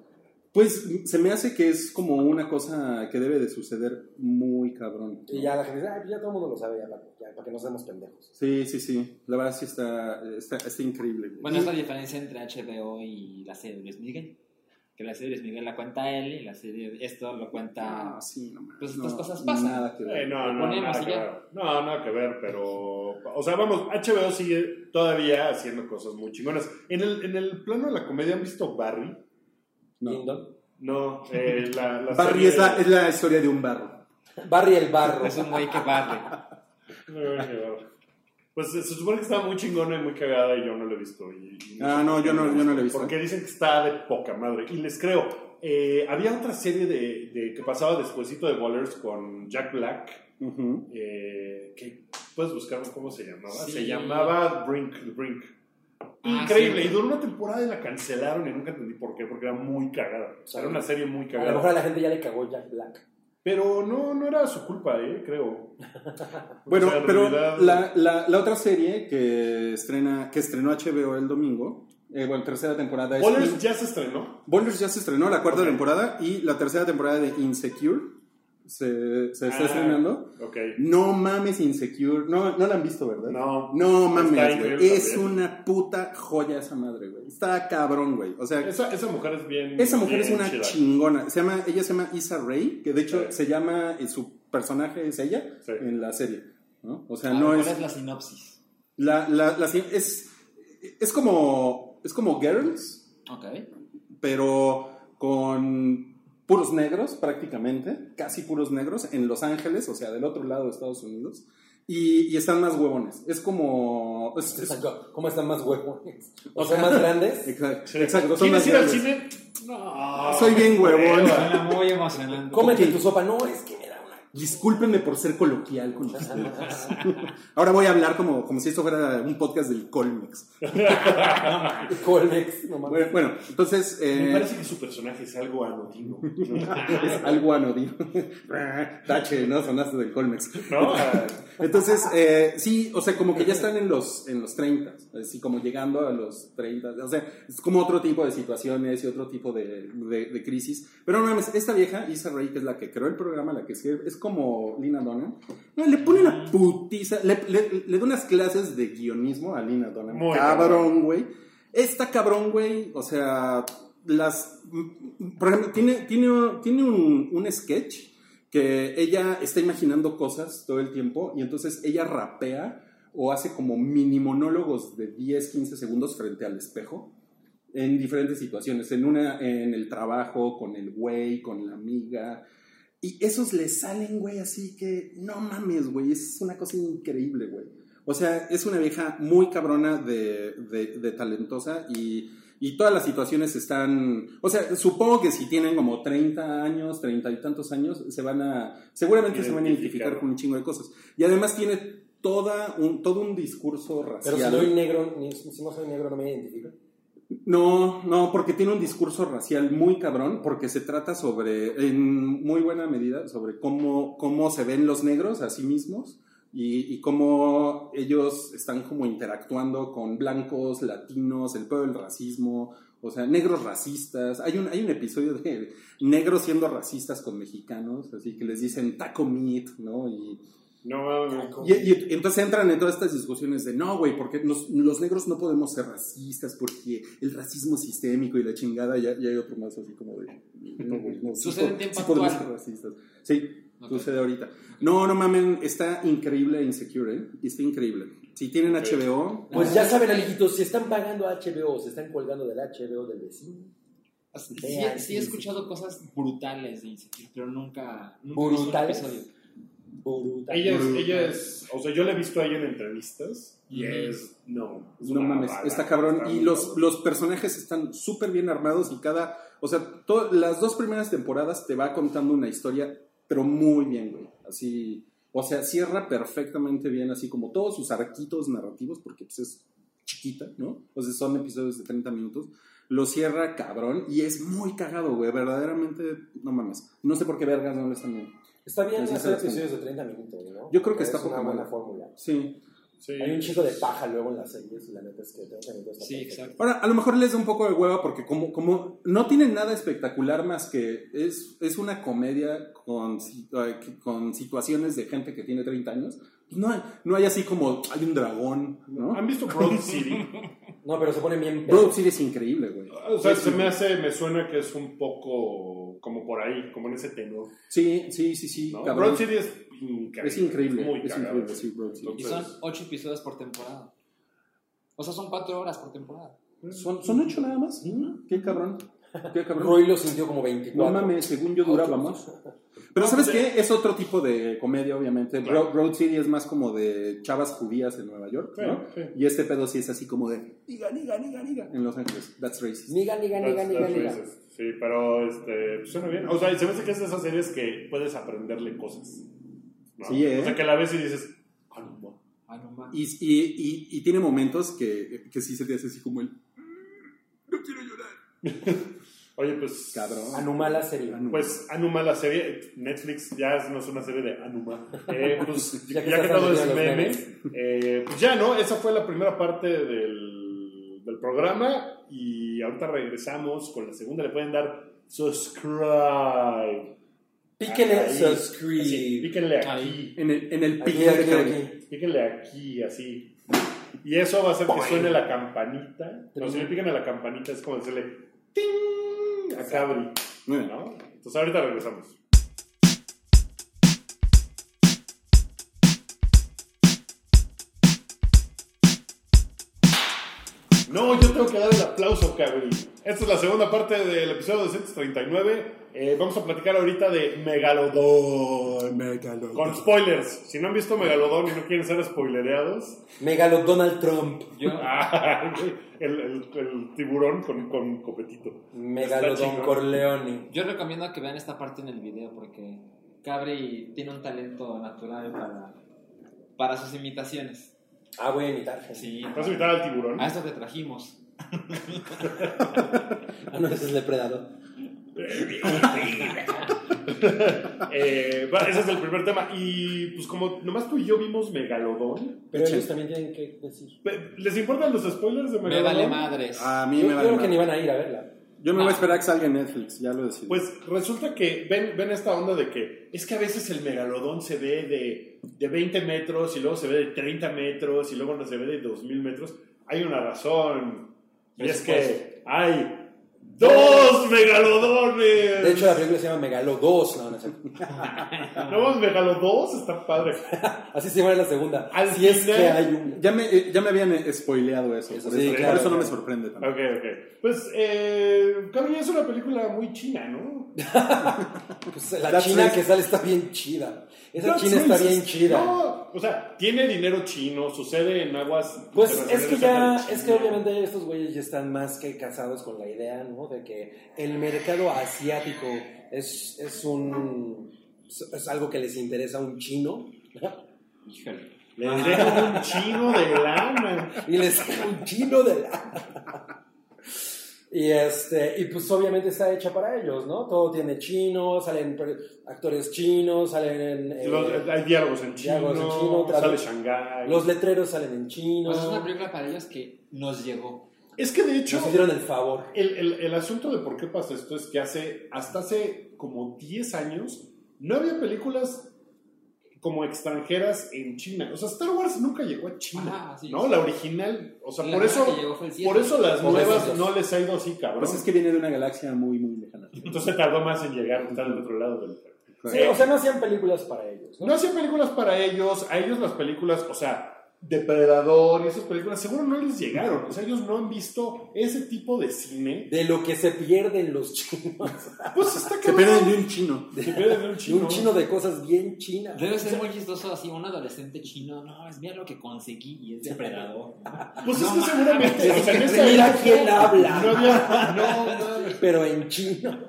Pues se me hace que es como una cosa que debe de suceder muy cabrón. Y ya la gente dice, "Ay, pues ya todo el mundo lo sabe, ya para, ya, para que no seamos pendejos. Sí, sí, sí. La verdad sí está, está, está increíble. güey. Ah, Bueno, es la diferencia entre HBO y la serie de Luis Miguel. Que la serie de Luis Miguel la cuenta él y la serie esto lo cuenta... Ah, sí, no mames. Pues estas No, cosas pasan. Nada que ver. Eh, no, no, Ponemos nada y que ya. ver. No, nada que ver, pero. O sea, vamos, HBO sigue todavía haciendo cosas muy chingonas. En el, en el plano de la comedia, ¿han visto Barry? No. Lindo. No, eh, la, la Barry serie- es la, es la historia de un barro. Barry el Barro. Es un güey que barre. Pues se se supone que está muy chingona y muy cagada y yo no lo he visto. y- y Ah, sé no, por qué yo no- yo no la he visto. Porque dicen que está de poca madre. Y les creo. Eh, había otra serie de, de- que pasaba despuesito de Ballers con Jack Black. Ujú. eh, que puedes buscar cómo se llamaba. Sí. Se llamaba Brink. Brink. Ah, Increíble. sí. Y duró una temporada y la cancelaron y nunca entendí por qué, porque era muy cagada. O sea, era una serie muy A lo cagada. mejor a la gente ya le cagó Jack Black. Pero no, no era su culpa, ¿eh? creo. Bueno, O sea, en pero realidad- la, la- la otra serie que, estrena, que estrenó HBO el domingo, eh, bueno, tercera temporada es... Ballers ya se estrenó. Ballers ya se estrenó la cuarta Ok. temporada y la tercera temporada de Insecure se, se está Ah. estrenando. Ok. No mames Insecure, no, no la han visto, ¿verdad? No. No Está mames, increíble güey. Es también. una puta joya esa madre, güey. Está cabrón, güey. O sea, Esa, esa mujer es bien. esa mujer bien es una chida. chingona. Se llama, ella se llama Issa Rae, que de hecho Sí. se llama, eh, su personaje es ella Sí. en la serie. ¿no? O sea, A ver, no Ah, ¿Cuál es. es... la sinopsis? La, la, la- es, es como. Es como Girls, Ok. pero con puros negros prácticamente, casi puros negros, en Los Ángeles, o sea, del otro lado de Estados Unidos. Y, y están más huevones. Es como. es- es- Exacto. ¿Cómo están más huevones? ¿O son más grandes? exacto, Sí. exacto, son Ah. ¿Quieres más ir al Ah, grandes. cine? No. Soy bien huevón. Suena muy emocionante. Cómete Ok. tu sopa. No, es que me da una. Discúlpenme por ser coloquial con ustedes. Ahora voy a hablar como, como si esto fuera un podcast del Colmex. Colmex. No Bueno, mames. bueno, entonces Me eh, parece que su personaje es algo anodino. es algo anodino. Tache, no sonaste del Colmex. ¿No? ah, Entonces, eh, sí, o sea, como que ya están en los, en los 30, así como llegando a los 30, o sea, es como otro tipo de situaciones y otro tipo de, de- de crisis. Pero no mames, esta vieja, Isa Rey, que es la que creó el programa, la que escribe, es como Lina Dunham. No, le pone una putiza, le, le, le da unas clases de guionismo a Lina Dunham. Muy cabrón, güey. Esta cabrón, güey, o sea, las... Por ejemplo, tiene, tiene, tiene un, un sketch que ella está imaginando cosas todo el tiempo y entonces ella rapea o hace como mini monólogos de 10, 15 segundos frente al espejo en diferentes situaciones, en una en el trabajo, con el güey, con la amiga y esos le salen, güey, así que no mames, güey, es una cosa increíble, güey. O sea, es una vieja muy cabrona de, de- de talentosa y, y todas las situaciones están... O sea, supongo que si tienen como 30 años, 30 y tantos años, se van a... Seguramente se van a Identificar. identificar con un chingo de cosas. Y además tiene toda un, todo un discurso Pero racial. si soy negro, ni- si no soy negro, no me identifico. No, no, porque tiene un discurso racial muy cabrón, porque se trata sobre, en muy buena medida, sobre cómo, cómo se ven los negros a sí mismos y, y cómo ellos están como interactuando con blancos, latinos, el pueblo del racismo, o sea, negros racistas. Hay un, hay un episodio de negros siendo racistas con mexicanos, así que les dicen taco meat, ¿no? Y, No mames. y, y entonces entran en todas estas discusiones de no, güey, porque nos- los negros no podemos ser racistas porque el racismo sistémico y la chingada, ya, ya hay otro más así como de. No, güey, no, sí Sucede en po- tiempo sí podemos actual. ser racistas. Sí, Ok. sucede ahorita. No, no mamen, está increíble Insecure, ¿eh? Está increíble. Si tienen Ok. HBO, Pues ya saben, amiguitos, si están pagando HBO o se están colgando del HBO del vecino. ah, Sí, Vean, sí he sí, escuchado cosas brutales de Insecure, pero nunca... nunca he visto un Brutales. episodio. Brutales. Ella es, ella es, o sea, yo la he visto a ella en entrevistas y Ujú. es, no, es no una mames, bala, está cabrón. está y muy los, cabrón. los personajes están súper bien armados y cada. O sea, to- las dos primeras temporadas te va contando una historia, pero muy bien, güey. Así. O sea, cierra perfectamente bien, así como todos sus arquitos narrativos, porque pues es chiquita, ¿no? O sea, son episodios de 30 minutos. Lo cierra cabrón y es muy cagado, güey. Verdaderamente, no mames. No sé por qué vergas no lo están viendo. Está bien Pues sí, hacer sí, sí. episodios de 30 minutos, ¿no? Yo creo que es está poca una buena madre. fórmula. Sí. Sí. Hay un chico de paja luego en las series y la neta es que 30 minutos está Sí, perfecto. exacto. Ahora, a lo mejor les da un poco de hueva porque como, como no tienen nada espectacular más que es, es una comedia con, si- eh, que- con situaciones de gente que tiene 30 años, pues no hay, no hay así como hay un dragón, ¿no? ¿Han visto Broad City? No, pero se pone bien. Broad City es increíble, güey. O sea, Sí, se sí. me hace, me suena que es un poco como por ahí, como en ese tenor. Sí, sí, sí, sí, ¿no? cabrón. Broad City es increíble. Es increíble, muy es cagado. increíble, sí, Broad City. Y Entonces, son ocho episodios por temporada. O sea, son cuatro horas por temporada. ¿Son, son ocho nada más? ¿Mm? Qué cabrón, qué cabrón. Roy lo sintió como No 24. mames, según yo duraba más. Pero ¿sabes qué? Es otro tipo de comedia, obviamente. Ro- Road City es más como de chavas judías en Nueva York, ¿no? Sí, sí. Y este pedo sí es así como de... Niga, niga, niga, niga. En Los Ángeles. That's racist. Niga, niga, niga, That's- niga, that's niga. racist. Sí, pero este, pues, suena bien. O sea, y se me hace que es de esas series que puedes aprenderle cosas. ¿no? Sí, ¿eh? O sea, que la ves y dices, ah, no, ma". Ah, no mames. Y, y- y- y tiene momentos que, que sí se te hace así como el... No quiero llorar. Oye, pues. Cabrón. Ah, Anumala sería. Anuma. Pues Anuma, la serie, Netflix ya es- no es una serie de Anuma. Eh, pues, ya que Ya que ya estás que todo hablando es de los meme, memes. eh, pues ya, ¿no? Esa fue la primera parte del, del programa y ahorita regresamos con la segunda. Le pueden dar subscribe. ah, Píquele. Ahí. Así, Subscribe. píquenle aquí. Ahí. En el, en el pico Aquí, de aquí, Javi. aquí. Píquenle aquí, así. Y eso va a hacer que suene la campanita. No, si le pican a la campanita es como decirle ¡Ting! a Cabri, Muy bien. ¿no? Entonces ahorita regresamos. No, yo tengo que dar el aplauso, Cabri. Esta es la segunda parte del episodio 239. Eh, vamos a platicar ahorita de Megalodón. Con spoilers. Si no han visto Megalodón y no quieren ser spoilereados, Megalo Donald Trump. Yo, Ah, el, el- el tiburón con, con copetito. Megalo Don chingón. Corleone. yo recomiendo que vean esta parte en el video porque Cabri tiene un talento natural para, para sus imitaciones. Ah, voy a imitar. Sí. ¿Vas a invitar al tiburón? A esto te trajimos. Ah, no, ese es depredador. Eh, va, ese es el primer tema. Y pues como nomás tú y yo vimos Megalodón, Pero Echen. ellos también tienen que decir. pe- ¿les importan los spoilers de Me Megalodón? vale madres. Ah. A mí Yo me vale creo que ni madre. van a ir a verla. Yo me voy a Ah. esperar a que salga en Netflix, ya lo decidí. Pues resulta que ven, ven esta onda de que es que a veces el megalodón se ve de, de 20 metros y luego se ve de 30 metros y luego no se ve de 2000 metros. Hay una razón. Y es que hay dos megalodones. De hecho, la película se llama Megalo 2. No, no sé. ¿No vamos megalodos? Está padre. Así se llama en la segunda. Al si es que final- hay un. ya, me, eh, ya me habían eh, spoileado eso, Eso por, sí, eso, por claro, eso no claro. me sorprende tanto. Ok, ok. Pues, eh, Cabri, es una película muy china, ¿no? Pues, la That's china it. que sale está bien chida. Esa That's china está racist. bien chida. No, o sea, tiene dinero chino, sucede en aguas. Pues es internacionales que cerca ya, de China. es que obviamente estos güeyes ya están más que casados con la idea, ¿no? De que el mercado asiático es, es un. es algo que les interesa a un chino. Híjole. Les dejan un chino de lana. Y les un chino de la. Y, este, y pues obviamente está hecha para ellos, ¿no? Todo tiene chino, salen per- actores chinos, salen. eh, Los- hay diálogos en chino, diálogos en chino, sale tradu- Shanghái. los letreros salen en chino. Pues es una película para ellos que nos llegó. Es que de hecho, Nos hicieron el favor. el, el- el asunto de por qué pasa esto es que hace, hasta hace como 10 años, no había películas como extranjeras en China. O sea, Star Wars nunca llegó a China, Ajá, sí. ¿no? La original, o sea, La por nueva eso... que llegó fue el siete. Por eso las Por nuevas eso. no les ha ido así, cabrón. Pues es que viene de una galaxia muy, muy lejana. Entonces tardó más en llegar está del otro lado del Sí, o sea, no hacían películas para ellos, ¿no? No hacían películas para ellos, a ellos las películas, o sea, Depredador y esas películas, seguro no les llegaron. O sea, ellos no han visto ese tipo de cine. De lo que se pierden los chinos. Pues está Se cabrón. pierden de un chino. Se pierden de un Y un chino de cosas bien chinas. Debe ser muy chistoso así, un adolescente chino. No, es mira lo que conseguí y es depredador. Pues es No que mames. seguramente. o sea, en esa Mira época quién habla. No había. No, mames. Pero en chino.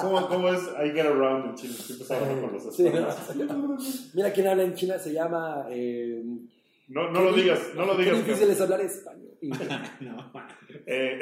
¿Cómo, ¿Cómo es? I get around en chino. Siempre se habla con los Sí, españoles. Mira quién habla en China, se llama. eh, No, no lo digas, no lo qué digas. difícil es hablar español. No. Eh,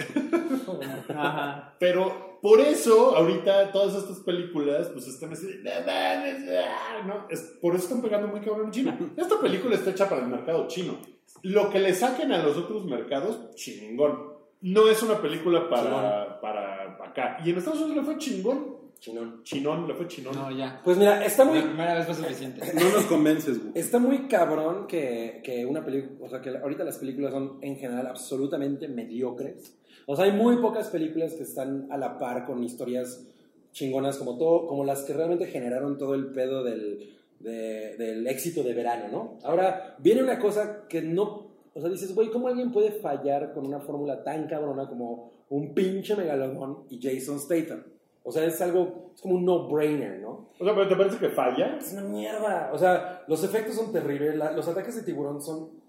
Ajá. Pero por eso, ahorita todas estas películas, pues están así, de, "No mames, ah", ¿no? Es- por eso están pegando muy cabrón en China. Esta película está hecha para el mercado chino. Lo que le saquen a los otros mercados, chingón. No es una película para, para acá. Y en Estados Unidos le fue chingón. Chinón. Chinón, le fue chinón. No, ya. Pues mira, está La muy, primera vez fue suficiente. No nos convences, güey. está muy cabrón que, que una película. O sea, que ahorita las películas son en general absolutamente mediocres. O sea, hay muy pocas películas que están a la par con historias chingonas como todo, como las que realmente generaron todo el pedo del, de- del éxito de verano, ¿no? Ahora, viene una cosa que no, o sea, dices, güey, ¿cómo alguien puede fallar con una fórmula tan cabrona como un pinche megalodón y Jason Statham? O sea, es algo, es como un no-brainer, ¿no? O sea, pero ¿te parece que falla? Es una mierda. O sea, los efectos son terribles, la- los ataques de tiburón son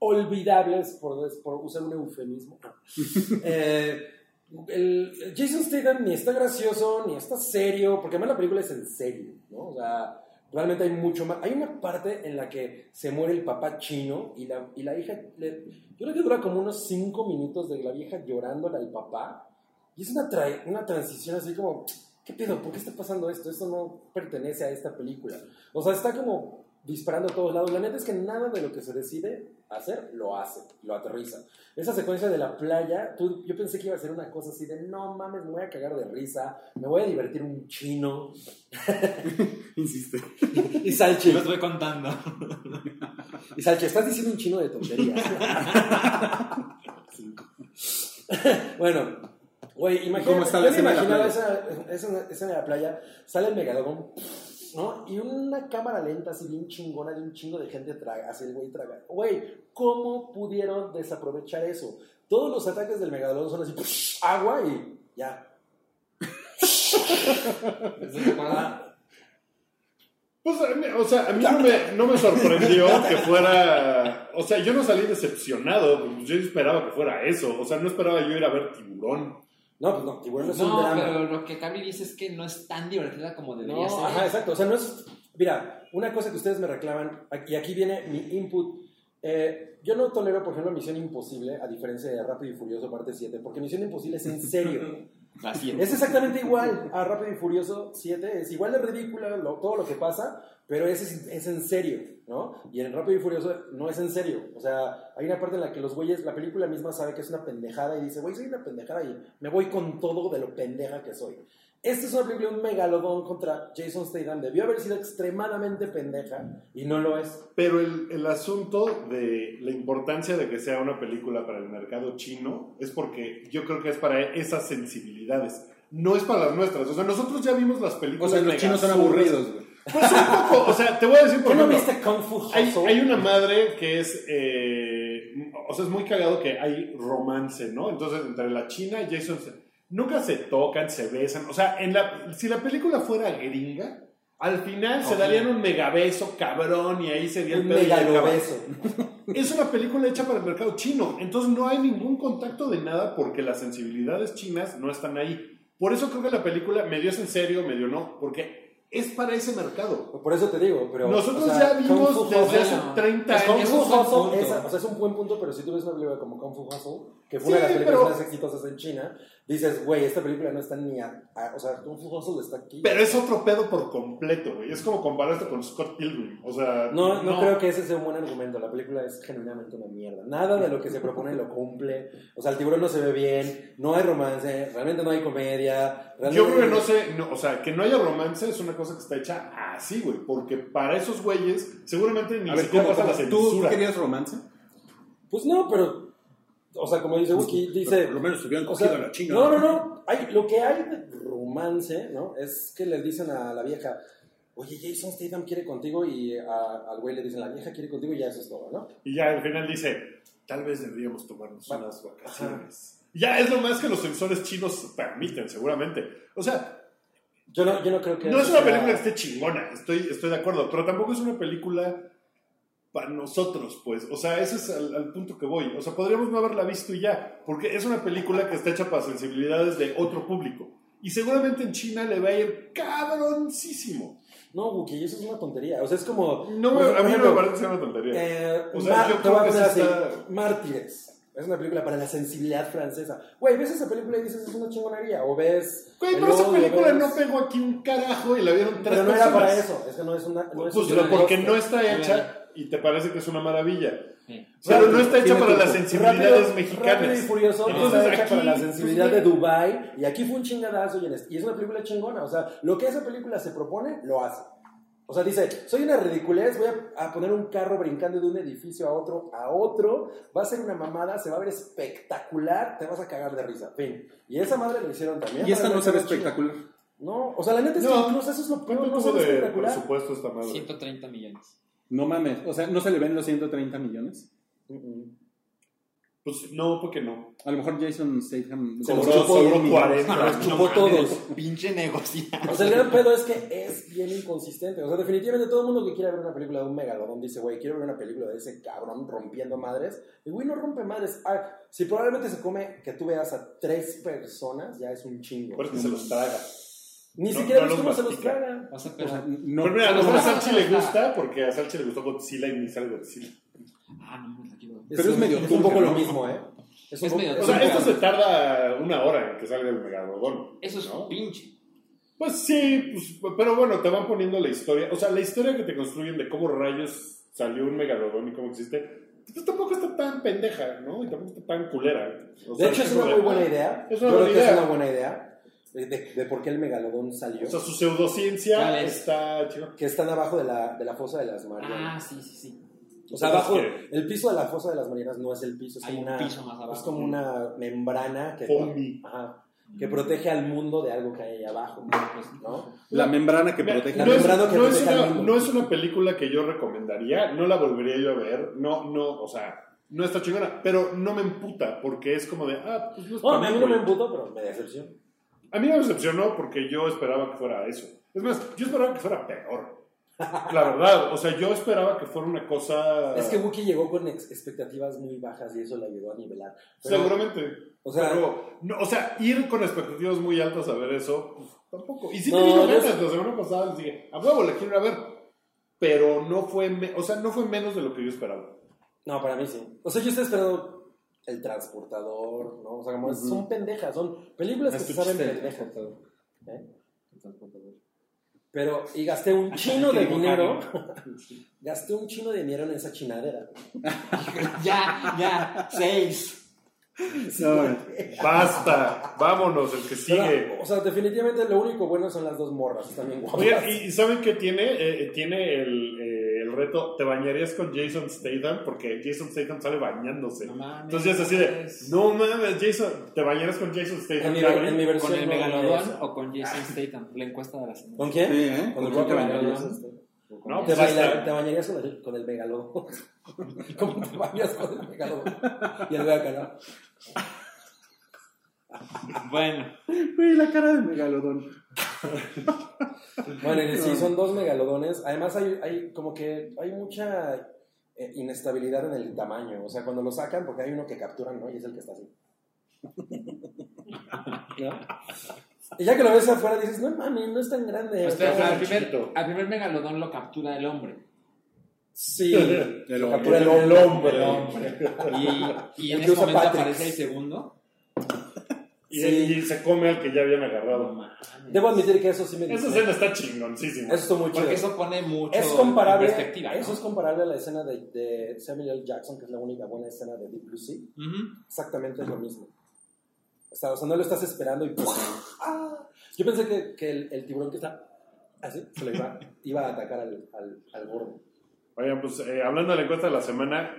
olvidables, por, des- por usar un eufemismo. Eh, el- Jason Statham ni está gracioso, ni está serio, porque además la película es en serio, ¿no? O sea, realmente hay mucho más. Hay una parte en la que se muere el papá chino y la, y la hija, le- yo creo que dura como unos 5 minutos de la vieja llorándole al papá. Y es una, tra- una transición así como, ¿qué pedo? ¿Por qué está pasando esto? Esto no pertenece a esta película. O sea, está como disparando a todos lados. La neta es que nada de lo que se decide hacer, lo hace, lo aterriza. Esa secuencia de la playa, tú- yo pensé que iba a ser una cosa así de, no mames, me voy a cagar de risa, me voy a divertir un chino. Insiste. Y Te Salchi, los voy contando. y Salchi, estás diciendo un chino de tonterías. bueno, güey, imagina, ¿Cómo está la yo escena me de la imaginaba playa? esa, esa escena de la playa, sale el megalodón, ¿no? Y una cámara lenta así bien chingona de un chingo de gente traga, así el güey traga. Güey, ¿cómo pudieron desaprovechar eso? Todos los ataques del megalodón son así, agua y ya. Pues, a mí- o sea, a mí no me, no me sorprendió que fuera. O sea, yo no salí decepcionado. Yo esperaba que fuera eso. O sea, no esperaba yo ir a ver tiburón. No, pues no, tiburón es un No, drama. pero lo que Cabri dice es que no es tan divertida como debería No, ser. ajá, exacto. O sea, no es. Mira, una cosa que ustedes me reclaman, y aquí viene mi input. Eh, yo no tolero, por ejemplo, Misión Imposible, a diferencia de Rápido y Furioso parte 7, porque Misión Imposible es en serio. Así es. es exactamente igual a Rápido y Furioso 7, es igual de ridícula lo- todo lo que pasa, pero ese es, es en serio, ¿no? Y en Rápido y Furioso no es en serio. O sea, hay una parte en la que los güeyes, la película misma sabe que es una pendejada y dice, güey, soy una pendejada y me voy con todo de lo pendeja que soy. Esta es una película, un megalodón contra Jason Statham. Debió haber sido extremadamente pendeja y no lo es. Pero el, el asunto de la importancia de que sea una película para el mercado chino es porque yo creo que es para esas sensibilidades. No es para las nuestras. O sea, nosotros ya vimos las O películas. sea, los mega chinos son absurdas. aburridos, güey. Pues un poco. O sea, te voy a decir por ¿Qué no ejemplo, viste Kung Fu Hay, Hustle? hay una madre que es, eh, o sea, es muy cagado que hay romance, ¿no? Entonces, entre la China y Jason se- nunca se tocan, se besan. O sea, en la, si la película fuera gringa, al final se Ok. darían un megabeso cabrón y ahí sería un el pedo y el cabrón. megalobeso. Es una película hecha para el mercado chino, entonces no hay ningún contacto de nada porque las sensibilidades chinas no están ahí. Por eso creo que la película medio es en serio, medio no, porque es para ese mercado. Por eso te digo, pero... Nosotros o sea, ya Kung Fu vimos desde Hustle- hace bueno, 30 Es Kung años. Fu es un Hustle, punto. esa- o sea, es un buen punto, pero si tú ves una película como Kung Fu Hustle, que fue una de Sí, las películas pero- más exitosas en China, dices, güey, esta película no está ni a, a- O sea, Kung Fu Hustle está aquí. Pero es otro pedo por completo, güey. Es como compararte con Scott Pilgrim. O sea, no, no, creo que ese sea un buen argumento. La película es genuinamente una mierda. Nada de lo que se propone lo cumple. O sea, el tiburón no se ve bien, no hay romance, realmente no hay comedia. realmente- Yo creo que no sé, no, o sea, que no haya romance es una cosa que está hecha así, güey. Porque para esos güeyes, seguramente ni A ver, siquiera ¿cómo, pasa la cómo? ¿Tú censura. querías romance? Pues no, pero. O sea, como dice Wookie, dice. Por lo menos se hubieran O cogido sea, a la china. No, no, no. Hay, lo que hay de romance, ¿no? Es que le dicen a la vieja, oye, Jason Statham quiere contigo y a- al güey le dicen, la vieja quiere contigo y ya eso es todo, ¿no? Y ya al final dice, tal vez deberíamos tomarnos unas vacaciones. Ya es lo más que los censores chinos permiten, seguramente. O sea, Yo no, yo no creo que... No es eso una sea- película que esté chingona, estoy, estoy de acuerdo, pero tampoco es una película para nosotros, pues. O sea, ese es al, al punto que voy. O sea, podríamos no haberla visto y ya, porque es una película que está hecha para sensibilidades de otro público. Y seguramente en China le va a ir cabroncísimo. No, Wookie, eso es una tontería. O sea, es como... No, por me- a mí no ejemplo, me parece que sea una tontería. Pues, eh, O sea, Mar- yo te creo voy a que poner sí así, está- Mártires. Es una película para la sensibilidad francesa. Güey, ves esa película y dices, es una chingonería. O ves... Güey, El pero esa Lobo y película ves- no pegó aquí un carajo y la vieron tres Pero no personas. era para eso. Es que no es una... No es Pues una- porque no está hecha y te parece que es una maravilla. Sí. Pero no está hecha Tiene para tiempo. las sensibilidades Rápido- Rápido y mexicanas. Furioso Entonces, está hecha aquí, para la sensibilidad pues, de Dubai y aquí fue un chingadazo y en este- y es una película chingona, o sea, lo que esa película se propone lo hace. O sea, dice, soy una ridiculez, voy a, a poner un carro brincando de un edificio a otro, a otro, va a ser una mamada, se va a ver espectacular, te vas a cagar de risa, fin. Y esa madre lo hicieron también. Y esta para no se ve ver chido. espectacular. No, o sea, la neta es No. que incluso eso es lo peor, ¿Cuánto no se tuvo ve de espectacular. presupuesto esta madre? 130 millones. No mames. O sea, ¿no se le ven los 130 millones? Mm-mm. Pues no, porque no. A lo mejor Jason Statham Se los cobró chupó cien Solo millones. 40. Los chupó mames. todos. Pinche negocio. O sea, el gran pedo es que es bien inconsistente. O sea, definitivamente todo el mundo que quiera ver una película de un megalodón dice, güey, quiero ver una película de ese cabrón rompiendo madres. Y güey, no rompe madres. Ah, si probablemente se come que tú veas a tres personas, ya es un chingo. Porque se los traga. Ni No- siquiera no ves los cómo se los mastica. traga. O sea, O sea, pero. no, Pero mira, a lo mejor a no, no, Salchi no, le no. gusta porque a Salchi le gustó Godzilla y ni sale Godzilla. Ah, no, me la quiero ver. Pero es medio un turca, poco lo ¿no? mismo, ¿eh? Es Es un medio- O poco- es sea, un esto poco- se tarda una hora en que salga el megalodón. Eso es ¿no? pinche. Pues sí, pues, pero bueno, te van poniendo la historia. O sea, la historia que te construyen de cómo rayos salió un megalodón y cómo existe, pues tampoco está tan pendeja, ¿no? Y tampoco está tan culera. O De sea, hecho, es como una de, muy buena idea. Es Yo una creo buena que es idea. una buena idea de, de- de por qué el megalodón salió. O sea, su pseudociencia ¿Cuál es? está chido. Que están abajo de la, de la fosa de las Marianas. Ah, sí, sí, sí. o sea, abajo. que- El piso de la fosa de las Marianas no es el piso, es Hay como un una. piso más abajo. Es como una membrana que, Foamy. Ajá, que protege al mundo de algo que hay ahí abajo, Pues, ¿no? La membrana que Mira, la protege. no, es, membrana que no es protege al una, mundo. no es una película que yo recomendaría, no la volvería yo a ver, no, no, o sea, no está chingona, pero no me emputa porque es como de, ah, pues no es No, para Oh, a mí mí, no me güey. emputó, pero me decepcionó. A mí me decepcionó porque yo esperaba que fuera eso. Es más, yo esperaba que fuera peor. La verdad, o sea, yo esperaba que fuera una cosa... Es que Wookiee llegó con ex- expectativas muy bajas y eso la llegó a nivelar. Pero, Seguramente. O sea, pero, no, o sea, ir con expectativas muy altas a ver eso, pues, tampoco. Y sí No, te digo no ganas, es- la semana pasada les dije, a huevo, la quiero ir a ver. Pero no fue, me- o sea, no fue menos de lo que yo esperaba. no, para mí sí. O sea, yo estoy esperando el transportador, ¿no? O sea, como es- son pendejas, son películas que se saben pendejas. ¿Eh? Pero, y gasté un chino de dinero. gasté un chino de dinero en esa chinadera. Ya, ya, seis. No, Basta, vámonos, el que sigue. Pero, o sea, definitivamente lo único bueno son las dos morras, están bien guapas. Oye, ¿y y saben qué tiene? Eh, eh, tiene el, eh, el reto, ¿te bañarías con Jason Statham? Porque Jason Statham sale bañándose. No mames. Entonces es así de, no mames, Jason, ¿te bañarías con Jason en, Statham? mi, Gabriel? en mi versión. ¿Con el no hay megalodón eso. o con Jason Statham? La encuesta de la semana. ¿Con quién? Sí, ¿eh? Con el Con el Rocky megalodón. Balboa. No, Te, pues baila- hasta- te bañarías con el, con el megalodón. ¿Cómo te bañas con el megalodón? Y el bacalao. Bueno, Güey, la cara de megalodón. Bueno, y sí, son dos megalodones. Además, hay, hay como que hay mucha eh, inestabilidad en el tamaño. O sea, cuando lo sacan, porque hay uno que capturan, ¿no? Y es el que está así. ¿No? Y ya que lo ves afuera, dices, no mami, no es tan grande. pues, pero está al, primer, chiquito. al primer megalodón lo captura el hombre. Sí, El lo hombre. captura el hombre. El hombre. Y, y en El que ese usa momento Patrick. aparece el segundo. Y, Sí. y se come al que ya habían No agarrado. mames. Debo admitir que eso sí me Esa disgustó. escena está chingoncísima. Eso estuvo muy chido. Porque eso pone mucho Es comparable, en perspectiva. ¿no? eso es comparable a la escena de, de Samuel L. Jackson, que es la única buena escena de Deep Blue Sea. Ujú. Exactamente es lo mismo. O sea, o sea, no lo estás esperando y ¡pum! ¡Ah! Yo pensé que, que el, el tiburón que está así, se le iba, iba a atacar al, al, al gordo. Oigan, pues eh, hablando de la encuesta de la semana,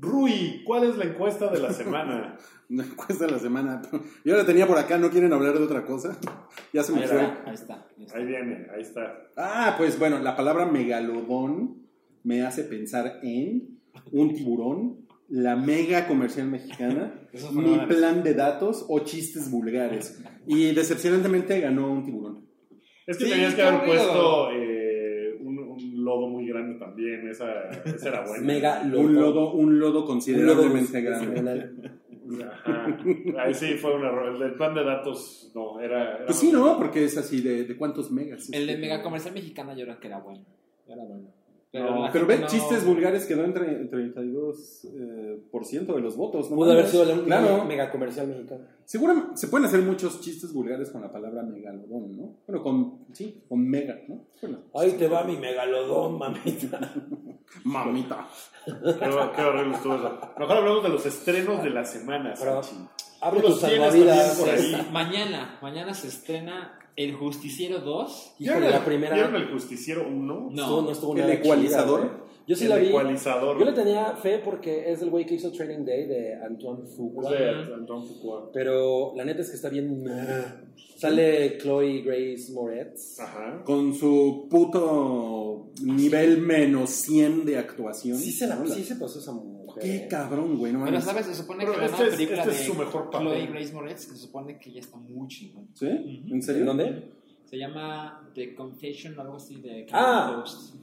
Rui, ¿cuál es la encuesta de la semana? No cuesta la semana. Yo la tenía por acá, ¿no quieren hablar de otra cosa? Ya se Ahí me fue. está, ahí está. ahí está. Ahí viene, ahí está. Ah, pues bueno, la palabra megalodón me hace pensar en un tiburón, la mega comercial mexicana, Eso fue mi una- plan de datos o chistes vulgares. Y decepcionantemente ganó un tiburón. Es que Sí, tenías que está haber ruido. puesto eh, un, un lodo muy grande también. Esa, esa era buena. Mega Un lodo, un lodo Un lodo considerablemente grande. descomunal. Ajá. Ahí sí fue un error. El del plan de datos, no, era. era Pues sí, ¿no? Porque es así, ¿de, de cuántos megas? El de mega comercial mexicana yo creo que era bueno. Era bueno. No, la Pero gente ven, no- chistes vulgares quedó en tre- 32% eh, por ciento de los votos. ¿no? Pudo haber sido la única Claro. mega comercial mexicana. Seguramente se pueden hacer muchos chistes vulgares con la palabra megalodón, ¿no? Bueno, con, sí, con mega, ¿no? Bueno, Ahí te va mi megalodón, mamita. mamita. Qué, qué horrible estuvo eso. Mejor hablamos de los estrenos de la semana. Pero- Sanchi. Abre Tú los tus tienes salvavidas. también por ahí. Mañana, mañana se estrena El Justiciero 2. Híjole, la primera. ¿Vieron el justiciero 1? No. estuvo- no estuvo El nada chida, ecualizador. güey. Yo sí el la vi. ecualizador. Yo le tenía fe porque es el güey que hizo Training Day de Antoine Fuqua. Es de Antoine Fuqua. Pero la neta es que está Ah. bien. Sale Chloe Grace Moretz. Ajá. Con su puto nivel menos 100 de actuación. Sí se, la, ¿no? sí se pasó esa mujer. Qué eh. cabrón, güey, no Bueno, mames. sabes, se supone que Pero era este una es- película este es de su mejor papel. Chloe Grace Moretz, que se supone que ya está muy chingón. ¿Sí? ¿En serio? ¿En dónde? Se llama The Confession o algo así de Ah. Cameron Post.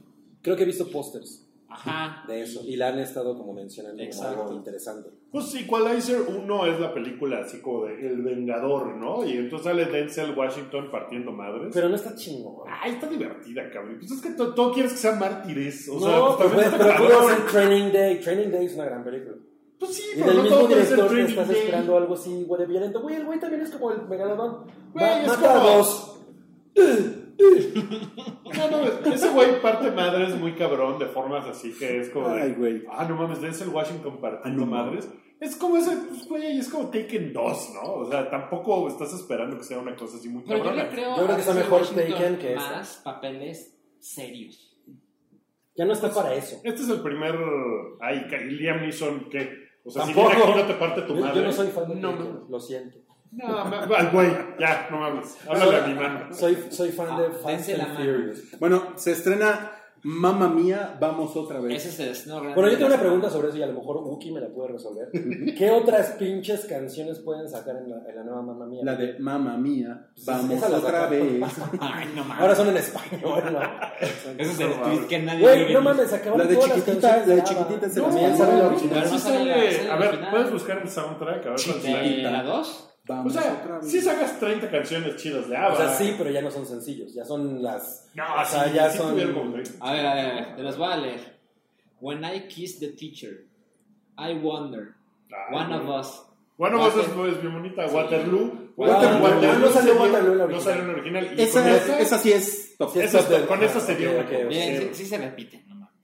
Creo que he visto pósters Ajá. de eso. Y la han estado como mencionando como Exacto. algo interesante. Pues Equalizer 1 es la película así como de El Vengador, ¿no? Y entonces sale Denzel Washington partiendo madres. Pero no está chingón. Ay, está divertida, cabrón. Pues es que to- todo quieres que sea mártires. O sea, pues no, pero, también pero, está pudo cabrón. hacer Training Day. Training Day es una gran película. Pues sí, Y pero del no mismo todo puede ser director que training estás day. esperando algo así, güey, de violento. Güey, el güey también es como el megalodón. Güey, Va- es mata como- a dos. No, no, ese güey parte madres muy cabrón de formas así que es como de, Ay, güey. ah, no mames, es el Washington partiendo Ah, no. madres. Es como ese, pues, güey, es como Taken 2, ¿no? O sea, tampoco estás esperando que sea una cosa así muy Pero yo cabrona. le creo. Yo creo a que está Denzel mejor Washington Taken que esta. Más papeles serios. Ya no está para eso. Este es el primer. Ay, ca- Liam Neeson, ¿qué? O sea, Tampoco. si viene aquí no te parte tu Yo, madre. yo no soy fan de No, Taken, lo siento. No, ma- al güey, ya, no mames. Háblale a mi mano. Soy, soy fan Ah, de Fast dense la and mano. Furious. Bueno, se estrena Mamma Mía, vamos otra vez. Ese es no, Bueno, yo tengo una pregunta sobre eso y a lo mejor Wookie me la puede resolver. ¿Qué otras pinches canciones pueden sacar en la, en la nueva Mamma Mía? La de Mamma Mía, Pues vamos esa la otra sacaron. vez. Ay, no mames. Ahora son en español, ¿no? Ese es el tweet que nadie. vio Güey, venir. no mames, acabaron La de todas las chiquitita, canciones la de que daban. chiquitita se No, la sabe ¿quién sabe la la original? Pero sí no sale la- sale- sale A la ver, original. puedes buscar el soundtrack, a ver cuál De sale. la 2. O Vamos otra sea, vez. si sacas 30 canciones chidas de ABBA. O sea, sí, pero ya no son sencillos, ya son las... No, o sea, sí, ya sí son... tuvieron como treinta. A ver, a ver, a ver, te las voy a leer. When I kiss the teacher, I wonder, Ay, one of güey. us. Bueno, vos es, Water- es bien bonita. Sí. Waterloo. Waterloo. No salió Waterloo en la No original. salió en la original. Y con Esa, esa- esa sí es top. Sí, esa- top del- con esa sería ok, una ok, cosa. ok. Bien, sí. sí, sí se repite, no mames.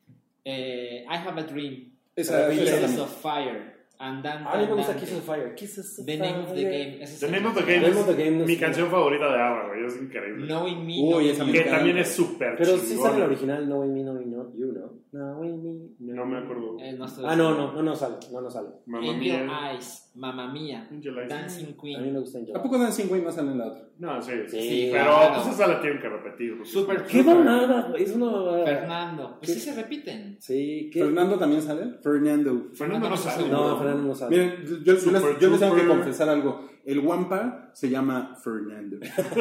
Eh, I have a dream, Esa, esa Pieces también. of fire, and then A mí me gusta Kisses of Fire. Kisses of the name of the Fire. game. ese es The el- Name of the Game Name es of the Game no mi es- canción favorita de ABBA, güey. Es increíble. Knowing me, Uy, knowing esa you. me que encanta. también es súper Pero sí chingona. sale la original, No We Me, No We Know You, ¿no? No We Me, No me acuerdo. Eh, no sé. Ah, no, no, no, no sale, no, no sale. Mamma In mía. your eyes, mamá mía, Angel Eyes. dancing A mí queen. me gusta Angel. ¿A poco dan 5 y más salen la otra? No, sí. sí, Sí, sí, pero claro. pues, esa la tienen que repetir. porque- Super ¿Qué mamada? güey? Es una mamada. Fernando. Pues sí se repiten. Sí, ¿qué? ¿Fernando también sale? Fernando. Fernando no sale. No, güey. Fernando no sale. Miren, yo- yo, Super les, yo les tengo que Trooper. confesar algo. El Wampa se llama Fernando.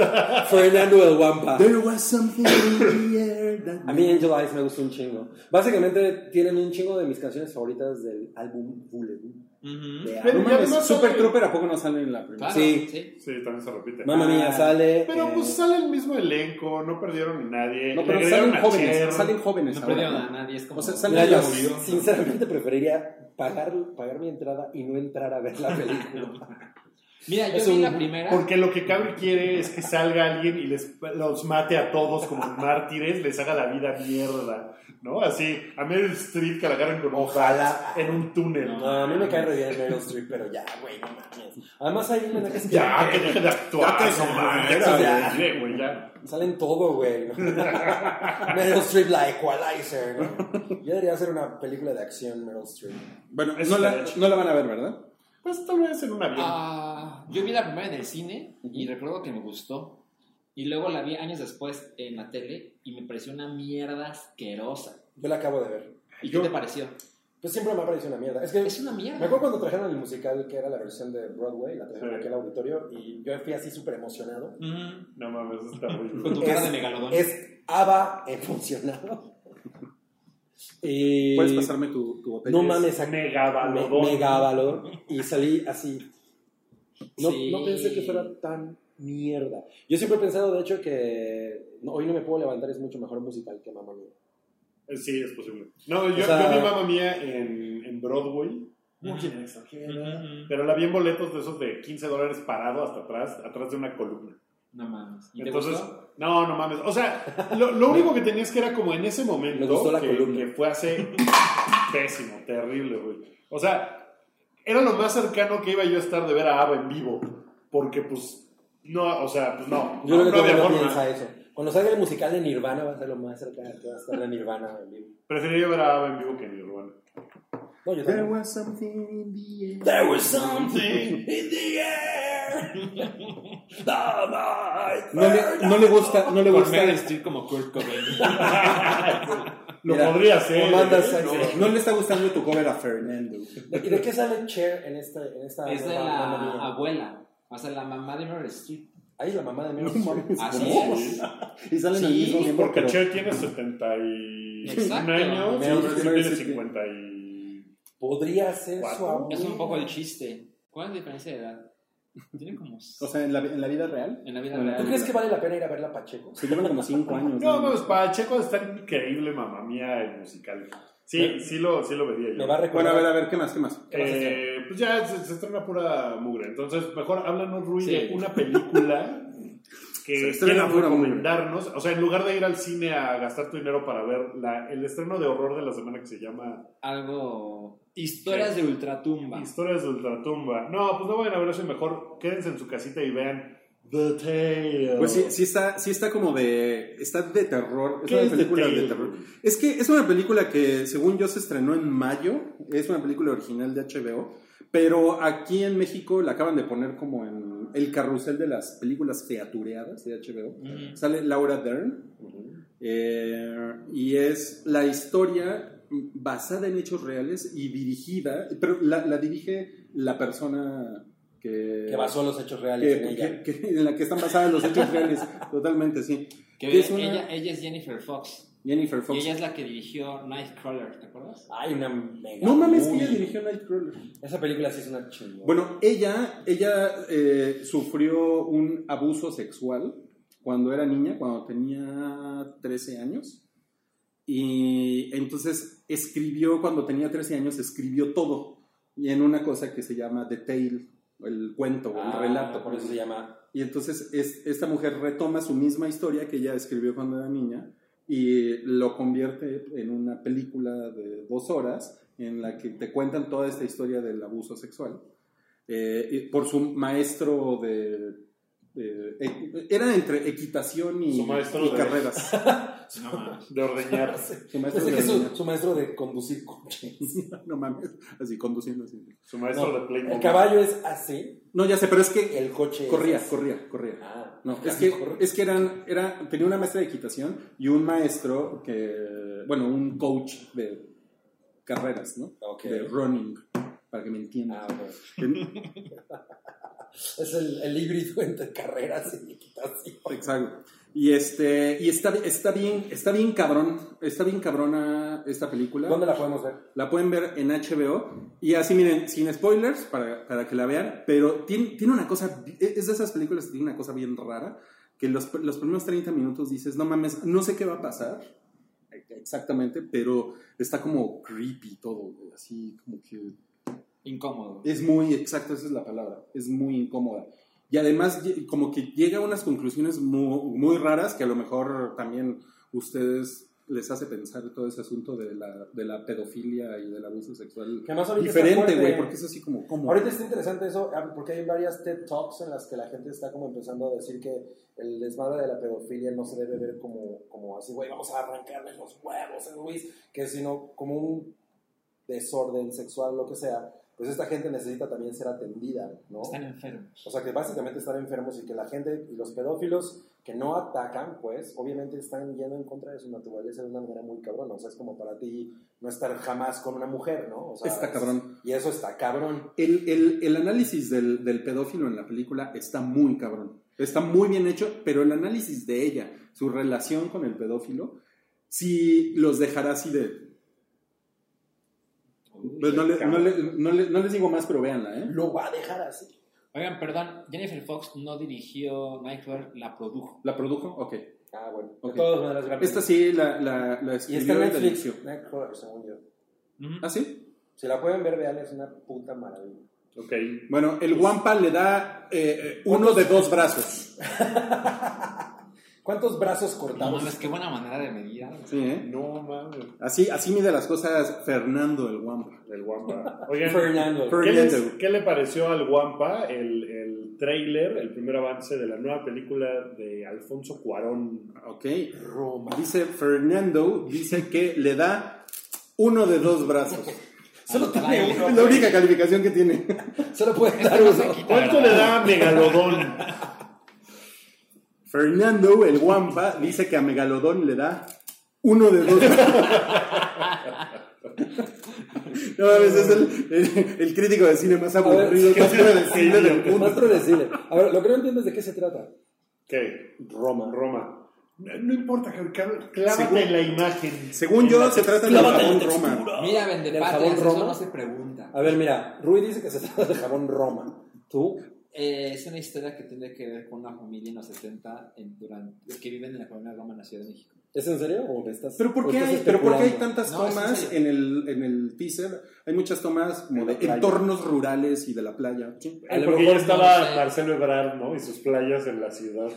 Fernando el Wampa. There was something in the air that- A mí Angel Eyes me gusta un chingo. Básicamente tienen un chingo de mis canciones favoritas del álbum Bullet. Ujú. De- Pero no mames, además Super sale- Trooper, ¿a poco no sale en la primera? Claro, Sí. sí. Sí, también se repite. Mamma mía, Ah, sale. Pero eh, pues sale el mismo elenco, no perdieron a nadie. No, le pero agregaron salen a Cher. jóvenes. Salen jóvenes. No ahora. perdieron a nadie, es como. O sea, sale- mira, yo ya murió. sinceramente preferiría pagar, pagar mi entrada y no entrar a ver la película. Mira, yo es vi un- la primera. Porque lo que Cabri quiere es que salga alguien y les, los mate a todos como mártires, les haga la vida mierda, ¿no? Así, a Meryl Streep que la agarren con Ojalá. en un túnel. No, a mí me cae re bien Meryl Streep, pero ya, güey, no mames. Además hay mensajes que Ya, que deje de actuar, Ya que se no mames, muera, ya, güey, ya. salen todo, güey. ¿no? Meryl Streep, la Equalizer. ¿no? Yo debería hacer una película de acción Meryl Streep. Bueno, Eso no la, estaría chido. no la van a ver, ¿verdad? Pues tal vez en un avión. Ah, yo vi la primera en el cine y recuerdo que me gustó. Y luego la vi años después en la tele y me pareció una mierda asquerosa. Yo la acabo de ver. ¿Y Yo- qué te pareció? Pues siempre me ha parecido una mierda. Es que Es una me mierda. acuerdo cuando trajeron el musical, que era la versión de Broadway, la trajeron Sí. aquí al auditorio, y yo fui así súper emocionado. Ujú. No mames, está Con tu terrible. cara Es- de megalodón. Es ABBA emocionado. Y Puedes pasarme tu, tu botella. No mames, saqué Megabalodón. mega valor. Y salí así. No, Sí. no pensé que fuera tan mierda. Yo siempre he pensado, de hecho, que no, hoy no me puedo levantar, es mucho mejor musical que Mamma Mía. Eh, Sí, es posible. No, yo, O sea- yo vi Mamma Mía en, en Broadway. Ujú. Ujú. Pero la vi en boletos de esos de 15 dólares parado hasta atrás, atrás de una columna. No mames. ¿Y te Entonces, gustó? no, no mames. O sea, lo, lo único que tenías que era como en ese momento. Me gustó la que, columna. que fue hace pésimo, terrible, güey. O sea, era lo más cercano que iba yo a estar de ver a Ava en vivo. Porque, pues, no, o sea, pues no. Yo no, creo que no había todavía no forma. piensa eso. Cuando salga el musical de Nirvana va a ser lo más cercano que va a estar de Nirvana en vivo. Preferiría ver a Ava en vivo que en Nirvana. No, yo There también. was something in the air. There was something in the air. No le, no le gusta, no le Con gusta. Meryl Streep como Kurt Cobain. Lo Mira, podría hacer. lo mandas ¿eh? a- No. No le está gustando tu cover a Fernando. ¿Y de qué sale Cher en esta, en esta es de nueva Mamma la Mía? abuela. O sea, la mamá de Meryl Streep. Ah, Ahí la mamá de Meryl No Streep. mames, Así ¿cómo? es. Y salen al Sí, mismo tiempo. Porque pero- Cher tiene 71 Exacto. años. Meryl y Streep tiene tiene 50 y... Podría ser su Cuatro. abuela. Es un poco el chiste. ¿Cuál es la diferencia de edad? Tiene como. s- O sea, en la, en la vida real. en la vida ¿Tú ¿Tú real. crees que vale la pena ir a verla a Pacheco? Se llevan como 5 años. No, pues Pacheco está increíble, mamá mía, el musical. Sí, sí lo, sí lo vería yo. Me va a Bueno, recordar. a ver, a ver, ¿qué más? ¿Qué más? ¿Qué vas a Eh, pues ya se, se estrena pura mugre. Entonces, mejor háblanos, Rui, Sí. de una película Se que estrena quieras pura mugre. recomendarnos. O sea, en lugar de ir al cine a gastar tu dinero para ver la- el estreno de horror de la semana que se llama Algo. Historias de ultratumba. Historias de Ultratumba. No, pues no vayan a ver eso y mejor quédense en su casita y vean The Tale. Pues sí, sí está, sí está como de. Está de terror. Es ¿Qué una es The película Tale? de terror. Es que es una película que, según yo, se estrenó en mayo. Es una película original de HBO. Pero aquí en México la acaban de poner como en el carrusel de las películas featureadas de HBO. Ujú. Sale Laura Dern. eh, y es la historia basada en hechos reales y dirigida. Pero la, la dirige la persona que. Que basó los hechos reales en que- ella. que- que- en la que están basadas los hechos reales, totalmente, sí. Que Es una- ella, ella es Jennifer Fox. Jennifer Fox. Y ella es la que dirigió Nightcrawler, ¿te acuerdas? Ay, una mega. No mames, que movie. ella dirigió Nightcrawler. Esa película sí es una chingona. Bueno, ella, ella eh, sufrió un abuso sexual cuando era niña, cuando tenía 13 años. Y entonces escribió, cuando tenía 13 años, escribió todo. Y en una cosa que se llama The Tale, el cuento, o Ah, el relato. Por eso se llama. Y entonces es- esta mujer retoma su misma historia que ella escribió cuando era niña y lo convierte en una película de dos horas en la que te cuentan toda esta historia del abuso sexual eh, y por su maestro de... de- equ- era entre equitación y, Su maestro y de- carreras. No mames, de ordeñar. Pues Su maestro Pensé de que su, ordeñar. su maestro de conducir coches. No mames, así conduciendo así. Su maestro No, de Playmobil. El caballo es así, No, ya sé, pero es que eh, el coche es corría, así. corría, corría. Ah, No, es casi que, corre. es que eran, era, tenía una maestra de equitación y un maestro que, bueno, un coach de carreras, ¿no? Ok. De running, para que me entiendan. Ah, ok. En- Es el, el híbrido entre carreras y equitación. Exacto. Y este, y está, está bien, está bien cabrón, está bien cabrona esta película. ¿Dónde la podemos ver? La pueden ver en HBO. Y así, miren, sin spoilers, para, para que la vean. Pero tiene, tiene una cosa, bi- e-, es de esas películas que tiene una cosa bien rara. Que los, los primeros 30 minutos dices, no mames, no sé qué va a pasar exactamente, pero está como creepy todo, güey, así como que Incómodo. es muy, exacto, esa es la palabra. Es muy incómoda. Y además, lle- como que llega a unas conclusiones mu- muy, raras que a lo mejor también ustedes les hace pensar todo ese asunto de la, de la pedofilia y del abuso sexual. Que más ahorita está Diferente, fuerte. güey, porque es así como, ¿cómo? Ahorita está interesante eso, ah, porque hay varias TED Talks en las que la gente está como empezando a decir que el desmadre de la pedofilia no se debe ver como, como así, güey, vamos a arrancarle los huevos a Luis, que sino como un desorden sexual, lo que sea, pues esta gente necesita también ser atendida, ¿no? Están enfermos. O sea, que básicamente están enfermos y que la gente y los pedófilos que no atacan, pues obviamente están yendo en contra de su naturaleza de una manera muy cabrona. O sea, es como para ti no estar jamás con una mujer, ¿no? O sea, Está cabrón. Y eso está cabrón. El, el- el análisis del, del pedófilo en la película está muy cabrón. Está muy bien hecho, pero el análisis de ella, su relación con el pedófilo, sí los dejará así de... Pues no, le- no le- no le- no les digo más, pero véanla, ¿eh? Lo va a dejar así. Oigan, perdón, Jennifer Fox no dirigió Nightcrawler, la produjo. ¿La produjo? Ok. Ah, bueno. Ok. De todas maneras, gran Esta sí la, la, la película. Y está escribió en y la dirigió. Netflix. Nightcrawler, según yo. ¿Ah, sí? Si la pueden ver, vean, es una puta maravilla. Ok. Bueno, el Wampa le da eh, eh, uno de dos brazos. ¿Cuántos brazos No cortados? mames, qué buena manera de medir algo. Sí, ¿eh? No mames, Así, así mide las cosas Fernando el Wampa. el guampa. Oigan, Fernando. ¿Qué, les- Fernando. qué le pareció al Guampa el, el trailer, el primer avance de la nueva película de Alfonso Cuarón? Ok. Roma. Dice Fernando, dice que le da uno de dos brazos. Solo tiene Ay, Es uno. la única calificación que tiene. Solo puede Esto dar no se uno. quita, ¿Cuánto le ¿verdad? da a Megalodón? Fernando el Wampa dice que a Megalodón le da uno de dos brazos. No, mames, es el, el- el crítico de cine más aburrido, más predecible del mundo. Más predecible. A ver, lo que no entiendo es de qué se trata. ¿Qué? Roma. Roma. No, no importa, cl- cl- clávate Según- en la imagen. Según yo, se trata de jabón Roma. Mira, ¿Del vende jabón Ah. patrias, Roma? eso no se pregunta. A ver, mira, Rui dice que se trata de jabón Roma. ¿Tú? eh, es una historia que tiene que ver con una familia en los 70 en- durante, que viven en la colonia Roma en la Ciudad de México. ¿Es en serio o me estás.? Pero ¿por o qué estás hay, pero ¿por qué hay especulando? tantas No, es en tomas serio. en el, en el teaser? Hay muchas tomas como En la de playa. entornos rurales y de la playa. A lo porque ya mejor estaba no sé. Marcelo Ebrard, ¿no? Y sus playas en la ciudad.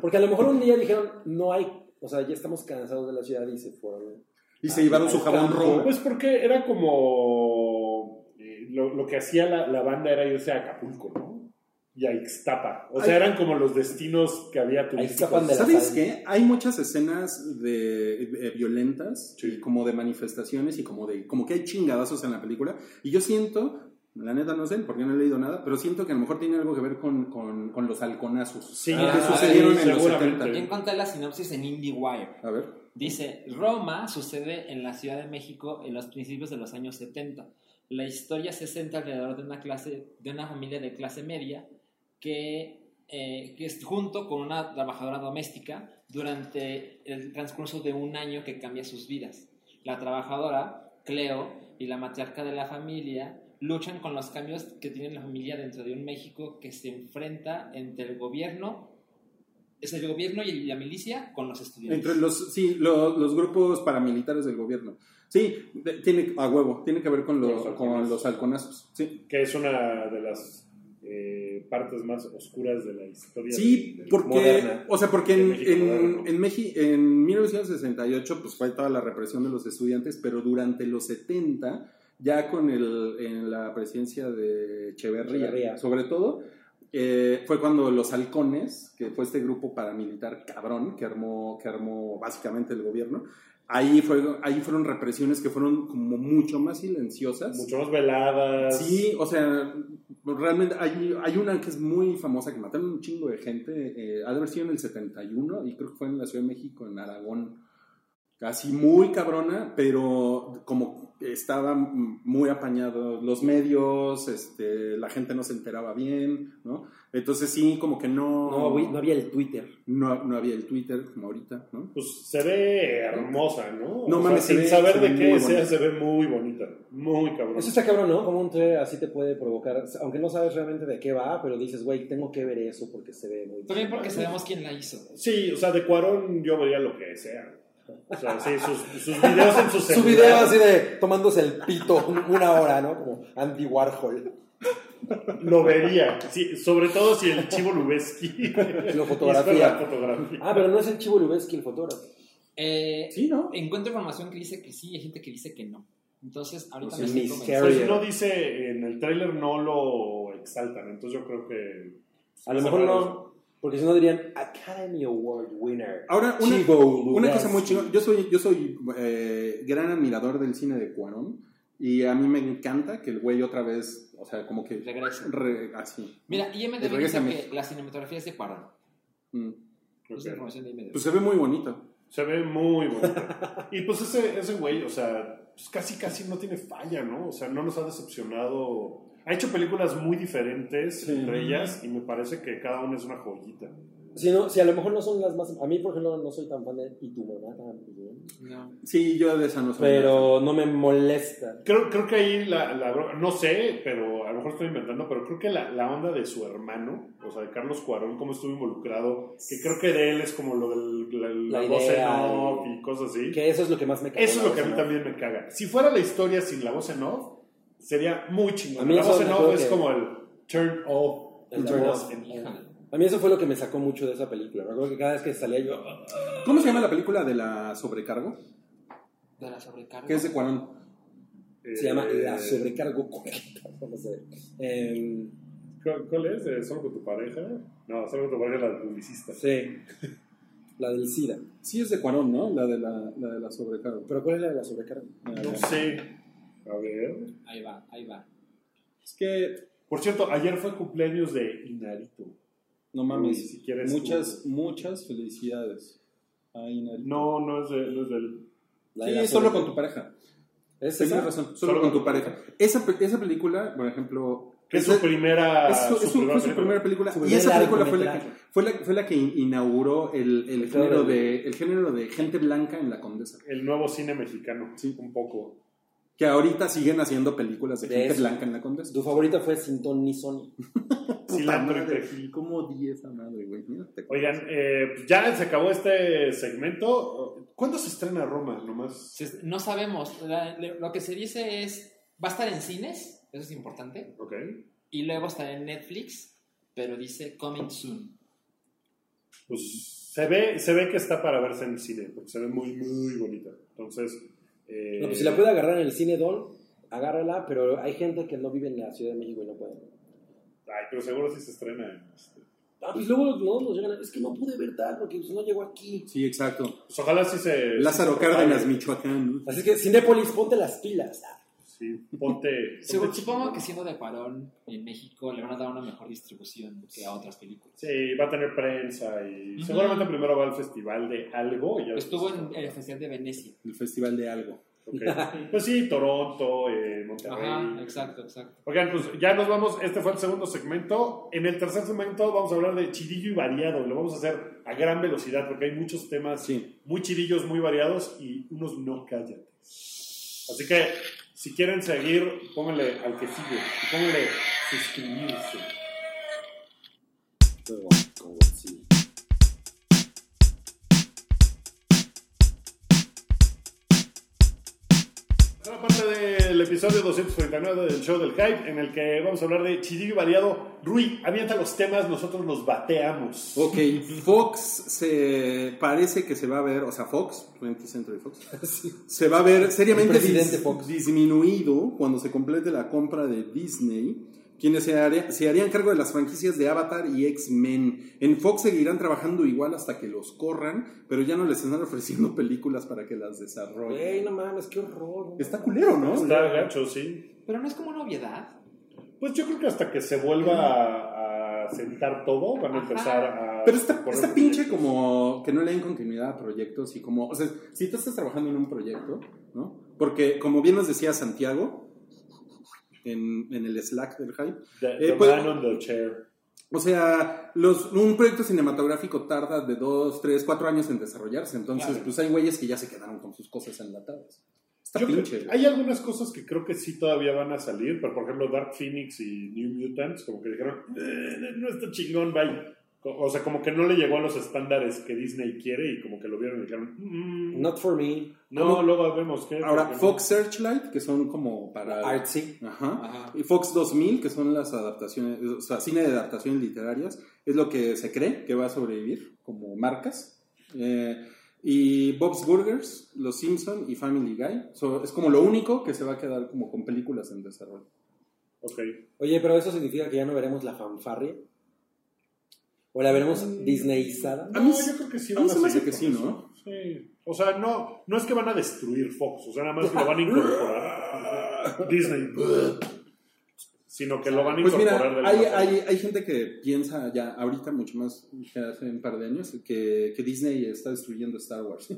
Porque a lo mejor un día dijeron, no hay. O sea, ya estamos cansados de la ciudad y se fueron. Y se llevaron su jabón rojo. Pues porque era como. eh, Lo, lo que hacía la, la banda era irse a Acapulco, ¿no? Y a Ixtapa. O sea, Ay. eran como los destinos que había turísticos. Ixtapan de la ¿Sabes sal. qué? Hay muchas escenas de, de- violentas, Sí. y como de manifestaciones y como de como que hay chingadazos en la película. Y yo siento, la neta no sé, porque no he leído nada, pero siento que a lo mejor tiene algo que ver con, con- con los halconazos. Sí, Ah, que sí, sucedieron en los seguramente. 70. Yo encontré la sinopsis en IndieWire. A ver. Dice, Roma sucede en la Ciudad de México en los principios de los años 70. La historia se centra alrededor de una, clase, de una familia de clase media que, eh, que es junto con una trabajadora doméstica durante el transcurso de un año que cambia sus vidas. La trabajadora, Cleo, y la matriarca de la familia luchan con los cambios que tiene la familia dentro de un México que se enfrenta entre el gobierno, es el gobierno y la milicia con los estudiantes. Entre los, sí, lo- los grupos paramilitares del gobierno. Sí, de- tiene, a huevo, tiene que ver con, lo- Con los con halconazos. los halconazos. Sí, Que es una de las eh, partes más oscuras de la historia. sí de- de- porque, moderna. o sea, porque De en, México en, moderno. en Meji- en 1968 pues, fue toda la represión de los estudiantes, pero durante los 70, ya con el, en la presidencia de Echeverría, Echeverría. sobre todo, eh, fue cuando los halcones, que fue este grupo paramilitar cabrón que armó, que armó básicamente el gobierno, Ahí, fue, ahí fueron represiones que fueron como mucho más silenciosas. Mucho más veladas. Sí, o sea, realmente hay, hay una que es muy famosa que mataron un chingo de gente. eh, ha de haber sido en el 71 y creo que fue en la Ciudad de México, en Aragón. Casi muy cabrona, pero como estaba mm, muy apañado los medios, este, la gente no se enteraba bien, ¿no? Entonces sí, como que no, No, güey, no había el Twitter. no- no había el Twitter como ahorita, ¿no? Pues se ve hermosa, ¿no? No mames, se sin ve- saber se de ve qué muy sea, bonita. se ve muy bonita. Muy cabrón. Eso está cabrón, ¿no? Como un trailer así te puede provocar. Aunque no sabes realmente de qué va, pero dices, güey, tengo que ver eso porque se ve muy. También porque sabemos quién la hizo. Sí, o sea, de Cuarón yo vería lo que sea. O sea, sí, sus, sus videos en sus Su video así de tomándose el pito un- una hora, ¿no? Como Andy Warhol. Lo vería. Sí, sobre todo si el Chivo Lubeski Lo La fotografía. fotografía. Ah, pero no es el Chivo Lubeski el fotógrafo. Eh, Sí, ¿no? encuentro información que dice que sí y hay gente que dice que no. Entonces, Pues No ahorita sé, me estoy Miss O convenciendo. sea, si no dice en el tráiler no lo exaltan, entonces yo creo que... A lo mejor no. Porque si no dirían Academy Award winner. Ah. Ahora, una, Chivo Una Lubeski. cosa muy chingona, yo soy, yo soy eh, gran admirador del cine de Cuarón y a mí me encanta que el güey otra vez, o sea, como que Regresa. re- así. Mira, IMDb Regresa dice a que México. la cinematografía es de Cuarón. Mm. Es Ok. información de IMDb. Pues se ve muy bonito. Se ve muy bonita. y pues ese, ese güey, o sea, pues casi casi no tiene falla, ¿no? O sea, no nos ha decepcionado. Ha hecho películas muy diferentes Sí. entre ellas y me parece que cada una es una joyita. Si, no, si a lo mejor no son las más. A mí, por ejemplo, no soy tan fan de. Y tu mamá también. Pues, No. Sí, yo de esa no soy nada. Pero no me molesta. Creo, creo que ahí la, la bro- no sé, pero a lo mejor estoy inventando, pero creo que la, la onda de su hermano, o sea, de Carlos Cuarón, cómo estuvo involucrado, que creo que de él es como lo del la, la La voz en idea, off el- y cosas así. Que eso es lo que más me cae. Eso es lo que a mí también me caga. Si fuera la historia sin la voz en off, sería muy A chingón. mí La eso voz me en off acuerdo es que- como el turn off. El turn turn off. off. Híjole. A mí eso fue lo que me sacó mucho de esa película. Me acuerdo que cada vez que salía yo. ¿Cómo se llama la película de la sobrecargo? De la sobrecarga. Que es de Cuarón. Se llama Eh, La sobrecargo correcta. No sé. Eh, ¿cu- ¿Cuál es? Eh, ¿Solo con tu pareja? No, solo con tu pareja la publicista. sí. La del SIDA. Sí, es de Cuarón, ¿no? La de la, la, de la sobrecargo. ¿Pero cuál es la de la sobrecarga? Ah, No ya. sé. A ver. Ahí va, ahí va. Es que, Por cierto, ayer fue cumpleaños de Inarito. no Uy, mames, si quieres muchas, tú. muchas felicidades. Ay, Nel. No, no es de, no es de él. La de Sí, la solo con sobrecarga. tu pareja. ¿Es Tienes esa? razón, solo, con tu pareja. Esa, pe- esa película, por ejemplo... Que es esa- su primera. Es su, es su- primera fue su primera película. película. Su y primer esa película fue la, que, largometraje. fue, la, fue la que inauguró el, el El género género de, el género de gente blanca en la condesa. El nuevo cine mexicano. Sí. Un poco. que ahorita siguen haciendo películas de, De gente eso. blanca en la condesa. Tu favorita fue Sin Ton ni Sony. Sí, Puta la madre, protegí. ¿Cómo di esa madre, güey? Mira, te- Oigan, eh, pues ya se acabó este segmento. ¿Cuándo se estrena Roma nomás? Se- No sabemos. La- le- Lo que se dice es, va a estar en cines, eso es importante, Ok. y luego estará en Netflix, pero dice coming soon. Pues se ve, se ve que está para verse en el cine, porque se ve muy, muy bonita. Entonces. eh, No, pues si la puede agarrar en el cine Don, agárrala, pero hay gente que no vive en la Ciudad de México y no puede. Ay, pero seguro sí se estrena. en este. Ah, pues luego no, nos llegan, es que no pude ver tal, porque pues, no llegó aquí. Sí, exacto. Pues ojalá sí se. Lázaro sí se propague. Cárdenas, Michoacán. ¿no? Así que Cinépolis, ponte las pilas. Sí, ponte. Segu- ponte Supongo chido. que siendo de Cuarón, en México le van a dar una mejor distribución que a otras películas. Sí, va a tener prensa y Ujú. seguramente primero va al festival de algo. Y ya Estuvo después- en el Festival de Venecia. El festival de algo. Ok. Pues sí, Toronto, eh, Monterrey. Ajá, exacto, exacto. Oigan, pues ya nos vamos. Este fue el segundo segmento. En el tercer segmento vamos a hablar de chidillo y variado. Lo vamos a hacer a gran velocidad porque hay muchos temas Sí. muy chidillos, muy variados y unos no callan. Así que si quieren seguir, pónganle al que sigue y pónganle suscribirse. Otra parte del episodio 239 del show del hype en el que vamos a hablar de chidillo y variado. Rui, avienta los temas, nosotros los bateamos. Ok, Fox se parece que se va a ver, o sea, Fox, 20th Century Fox, se va a ver seriamente El presidente dis- Fox. disminuido cuando se complete la compra de Disney, quienes se, haría- se harían cargo de las franquicias de Avatar y X-Men. En Fox seguirán trabajando igual hasta que los corran, pero ya no les están ofreciendo películas para que las desarrollen. Güey, no mames, qué horror. Está culero, ¿no? Está gacho, sí. Pero no es como una obviedad. Pues yo creo que hasta que se vuelva a, a sentar todo, van a Ajá. empezar a. Pero está, poner está pinche como que no le den continuidad a proyectos y como, o sea, si tú estás trabajando en un proyecto, ¿no? Porque como bien nos decía Santiago en, en el Slack del hype, The, Eh, the pues- man on the chair. o sea, los, un proyecto cinematográfico tarda de dos, tres, cuatro años en desarrollarse, entonces Claro. pues hay güeyes que ya se quedaron con sus cosas enlatadas. Está Yo pinche. creo- güey. hay algunas cosas que creo que sí todavía van a salir, pero por ejemplo Dark Phoenix y New Mutants, como que dijeron, "Eh, no está chingón, bye. Co- O sea, como que no le llegó a los estándares que Disney quiere y como que lo vieron y dijeron, "Mm, Not for me. no, ¿Cómo? luego vemos que. Ahora, Fox Searchlight, que son como para... Artsy. Ajá. Ajá. Y Fox 2000, que son las adaptaciones, o sea, cine de adaptaciones literarias, es lo que se cree que va a sobrevivir como marcas. Eh, y Bob's Burgers, Los Simpson y Family Guy. So, es como lo único que se va a quedar como con películas en desarrollo. Ok. Oye, pero eso significa que ya no veremos la fanfarria. O la veremos disneyizada. A mí No, sí- yo creo que sí a van mí se me hace seguir que con sí, eso. ¿no? Sí. O sea, no, no es que van a destruir Fox, o sea, nada más que lo van a incorporar. Disney. sino que lo van a Pues incorporar mira, de hay, alguna forma. hay, hay gente que piensa ya ahorita mucho más que hace un par de años que, que Disney está destruyendo Star Wars.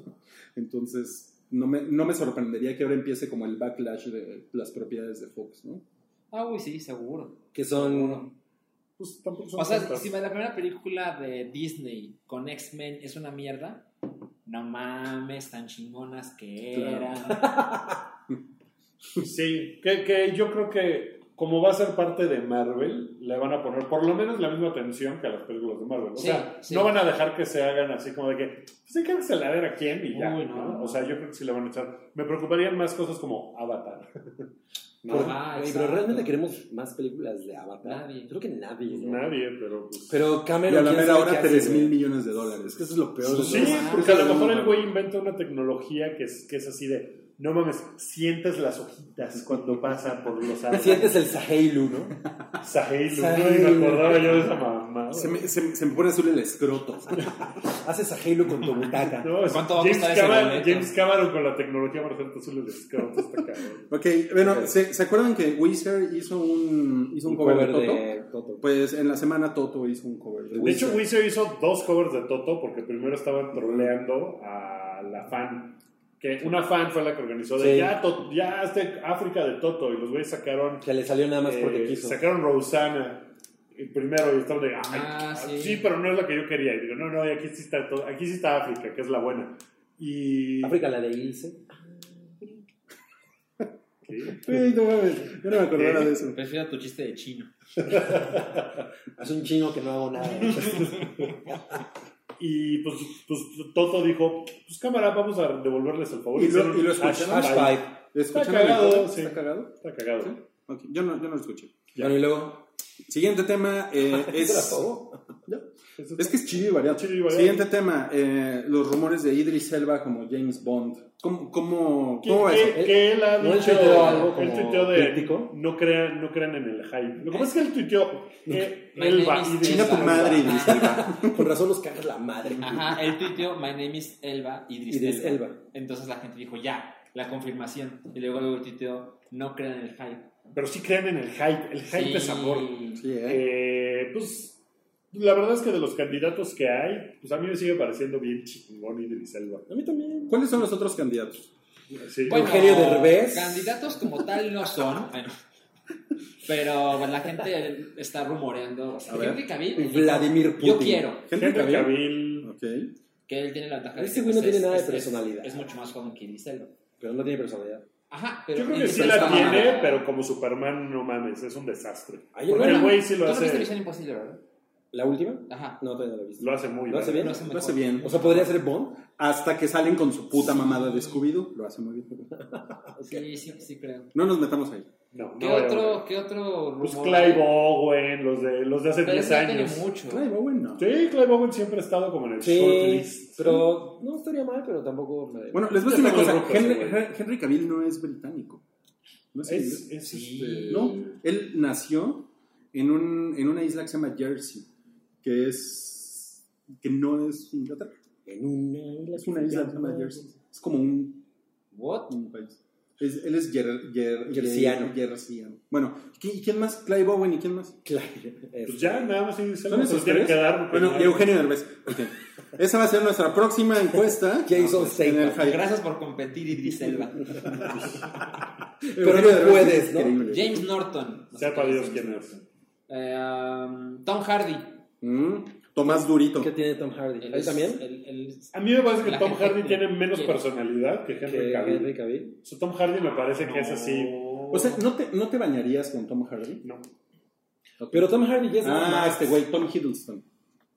Entonces, no me, no me sorprendería que ahora empiece como el backlash de las propiedades de Fox, ¿no? Ah, uy, sí, seguro. Que son. Pues tampoco son O sea, tantas. si la primera película de Disney con X-Men es una mierda, no mames, tan chingonas que Claro. eran. Sí, que, que yo creo que como va a ser parte de Marvel, le van a poner por lo menos la misma atención que a las películas de Marvel. O Sí, sea, sí. no van a dejar que se hagan así como de que, pues hay que acelerar a quién y ya. Uy, no. ¿no? O sea, yo creo que sí le van a echar. Me preocuparían más cosas como Avatar. Pero, Ajá, güey, exacto. pero realmente queremos más películas de Avatar. Nadie. Creo que nadie. ¿no? Nadie, pero pues, Pero Y Cameron. a la quién mera sabe hora, qué hace, 3 mil güey. millones de dólares. Es que eso es lo peor. Sí, Ah, porque a lo sí, mejor el no, güey inventa una tecnología que es, que es así de, no mames, sientes las hojitas cuando pasa por los árboles. Sientes el Sahelu, ¿no? Sahelu, Sahelu. no me acordaba yo de esa mamá. Se me, se, me- se me pone azul el escroto. Haces Sahelu con tu butaca. No, es- ¿Cuánto va a James, costar ese Cameron, boleto? James Cameron con la tecnología para hacerte azul el escroto está cabrón. ok, bueno, ¿se, se acuerdan que Wizard hizo un, hizo un, cover, de Toto? Toto. Pues en la semana Toto hizo un cover de De hecho, Wizard. Wizard hizo dos covers de Toto porque primero estaban troleando a la fan. Que una fan fue la que organizó de Sí. ya, To- ya este África de Toto y los güeyes sacaron Que le salió nada más porque Eh, quiso. Sacaron Rosanna el primero y estaban de, ay, Ah, sí. sí. pero no es lo que yo quería. Y digo, no, no, y aquí sí está, todo- aquí sí está África, que es la buena. Y. África, la de Ilse. ¿Qué? Güey, no mames, yo no me acordaba de eso. Prefiero tu chiste de chino. Es un chino que no hago nada. Y pues, pues Toto dijo, pues cámara, vamos a devolverles el favor. Y lo, Hicieron y lo hash escucharon. five. ¿Escucharon Está cagado, el podcast? sí. ¿Está cagado? Está cagado. Sí. Ok, yo no, yo no lo escuché. Ya. Bueno, y luego, siguiente tema eh, es... Eso Es que es chido y variado. Chido y variado. Siguiente tema, eh, los rumores de Idris Elba como James Bond. ¿Cómo, cómo, ¿Qué- cómo va qué- eso? qué él ha ¿No él dicho? tuiteó algo Él como tuiteó de crítico? no crean, no crean en el hype. Lo que pasa es que él tuiteó eh, My él name va is y dice, Chinga tu madre, Idris Elba. Con razón los cagas la madre. Ajá, el tuiteo, my name is Elba Idris, Idris Elba. Elba. Entonces la gente dijo, ya, la confirmación. Y luego luego el tuiteo, no crean en el hype. Pero sí crean en el hype. El hype Sí. es amor. Sí, eh. Eh, pues la verdad es que de los candidatos que hay, pues a mí me sigue pareciendo bien chingón Idris Elba. A mí también. ¿Cuáles son los otros candidatos? Sí. Bueno, Eugenio Derbez. Candidatos como tal no son. Ay, no. Pero pues, la gente está rumoreando. O sea, A ver. Henry Cavill, Vladimir Putin. Yo quiero Henry Henry Cavill. Cavill. Ok. que él tiene la ventaja. de Ese que, güey no pues, tiene es- nada de es- es- personalidad. Es, mucho más joven que Idris Elba. Pero no tiene personalidad. Ajá, pero Yo creo que Idris sí Elba la está tiene, mamado. pero como Superman, no mames, es un desastre. Ay, yo Porque no- el güey sí lo Tú no viste Misión hace, Imposible, ¿verdad? ¿La última? Ajá. No, todavía no la he visto. lo hace muy ¿Lo hace bien. bien? Lo hace Lo hace mejor. bien. O sea, podría ser Bond. Hasta que salen con su puta mamada de Scooby-Doo, lo hace muy bien. Sí, sí, sí creo. No nos metamos ahí. No, ¿Qué no, otro, ¿Qué otro rumor? Pues Clive Owen, los de, los de hace Pero 10 ese ya tiene años. mucho. Clive Owen, no. Sí, Clive Owen siempre ha estado como en el Sí, shortlist. pero no estaría mal, pero tampoco me... Bueno, les voy a decir una Está muy cosa. rojo ese Henry, güey. Henry Cavill no es británico. No es, Es, inglés. es Sí. este, No, él nació en, un, en una isla que se llama Jersey, que es que no es Inglaterra. en una isla Es una isla que se llama Jersey. Es como un, What? un país. Es- él es jer- jer- Jerseyano. Jerseyano. Bueno, ¿qui- ¿quién más? Clive Owen y quién más? Claro, es- Pues ya, nada más sí, se ¿Son lo se esos tiene que tres? dar. porque Bueno, no y hay- Eugenio Derbez. Ok. Esa va a ser nuestra próxima encuesta. Jason En el Statham. hype. Gracias por competir, Idris Elba. Eugenio Pero no Derbez es puedes, ¿no? increíble. James Norton. No sé Sepa qué Dios es James quién es. Norton. Eh, um, Tom Hardy. Mm, Tomás Durito. ¿Qué tiene Tom Hardy? Él ¿Él es- también? él- él es- A mí me parece que La Tom gente Hardy que- tiene menos que- personalidad que Henry ¿Que Cavill. Henry Cavill? O sea, Tom Hardy me parece que es así. O sea, ¿no te, ¿no te bañarías con Tom Hardy? No. Pero Tom Hardy ya es... Ah, más- este güey, Tom Hiddleston.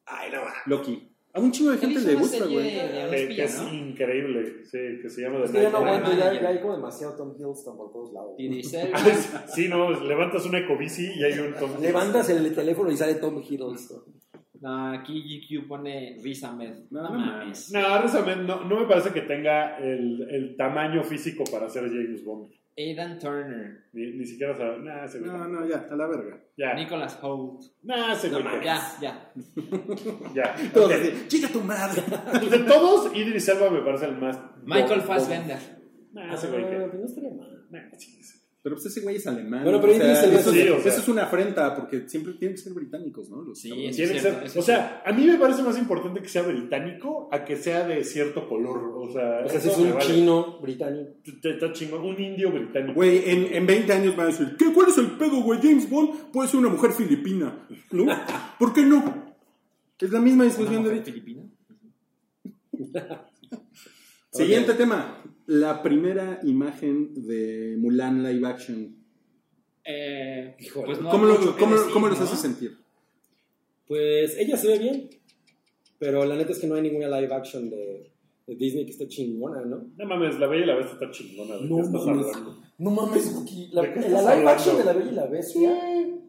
Ay, no, va. Loki. A un chingo de Él gente hizo le una gusta, serie güey. Ah, de un Que, que espía, es ¿no? increíble. Sí, que se llama Es The que ya Night no Manager. aguanto, ya, ya hay como demasiado Tom Hiddleston por todos lados. Idris Elba. Ah, es- Sí, no, levantas una ecobici y hay un Tom Hiddleston. Levantas el teléfono y sale Tom Hiddleston. No, aquí GQ pone Riz Ahmed. No, No, no mames. No, Riz Ahmed no, no me parece que tenga el, el tamaño físico para ser James Bond. Aidan Turner. Ni, ni siquiera sabe. Nah, se No, no, ya, a la verga. Ya. Nicholas Hoult. Nah, se No, mames. ya, ya. Ya. Todos Ok. así, chica tu madre. De todos, Idris Elba me parece el más. Michael Bond. Fassbender. Nah, se güey que. pues no estaría mal. Nah, sí, sí. Pero pues ese güey es alemán. Bueno, pero o sea, Idris Elba eso, sí, es- o sea. eso es una afrenta porque siempre tienen que ser británicos, ¿no? Los Sí, cabrones. sí. Tiene que cierto, ser- eso o sí. sea, a mí me parece más importante que sea británico a que sea de cierto color. O sea, O sea, si eso es me un vale. chino británico. T- t- Está chingón. Un indio británico. Güey, en, en 20 años van a decir, ¿qué? ¿Cuál es el pedo, güey? James Bond puede ser una mujer filipina, ¿no? ¿Por qué no? Es la misma discusión de ¿Una mujer ahorita. filipina? Siguiente tema. La primera imagen de Mulan live action. Eh, Híjole. pues no ¿Cómo, hay lo- mucho que cómo- decir, cómo los ¿no? hace sentir? Pues ella se ve bien. Pero la neta es que no hay ninguna live action de, de Disney que esté chingona, ¿no? No mames, la bella y la bestia está chingona. ¿De qué estás hablando? No mames, Wookie. La, ¿De qué la estás live hablando? action de la Bella y la Bestia.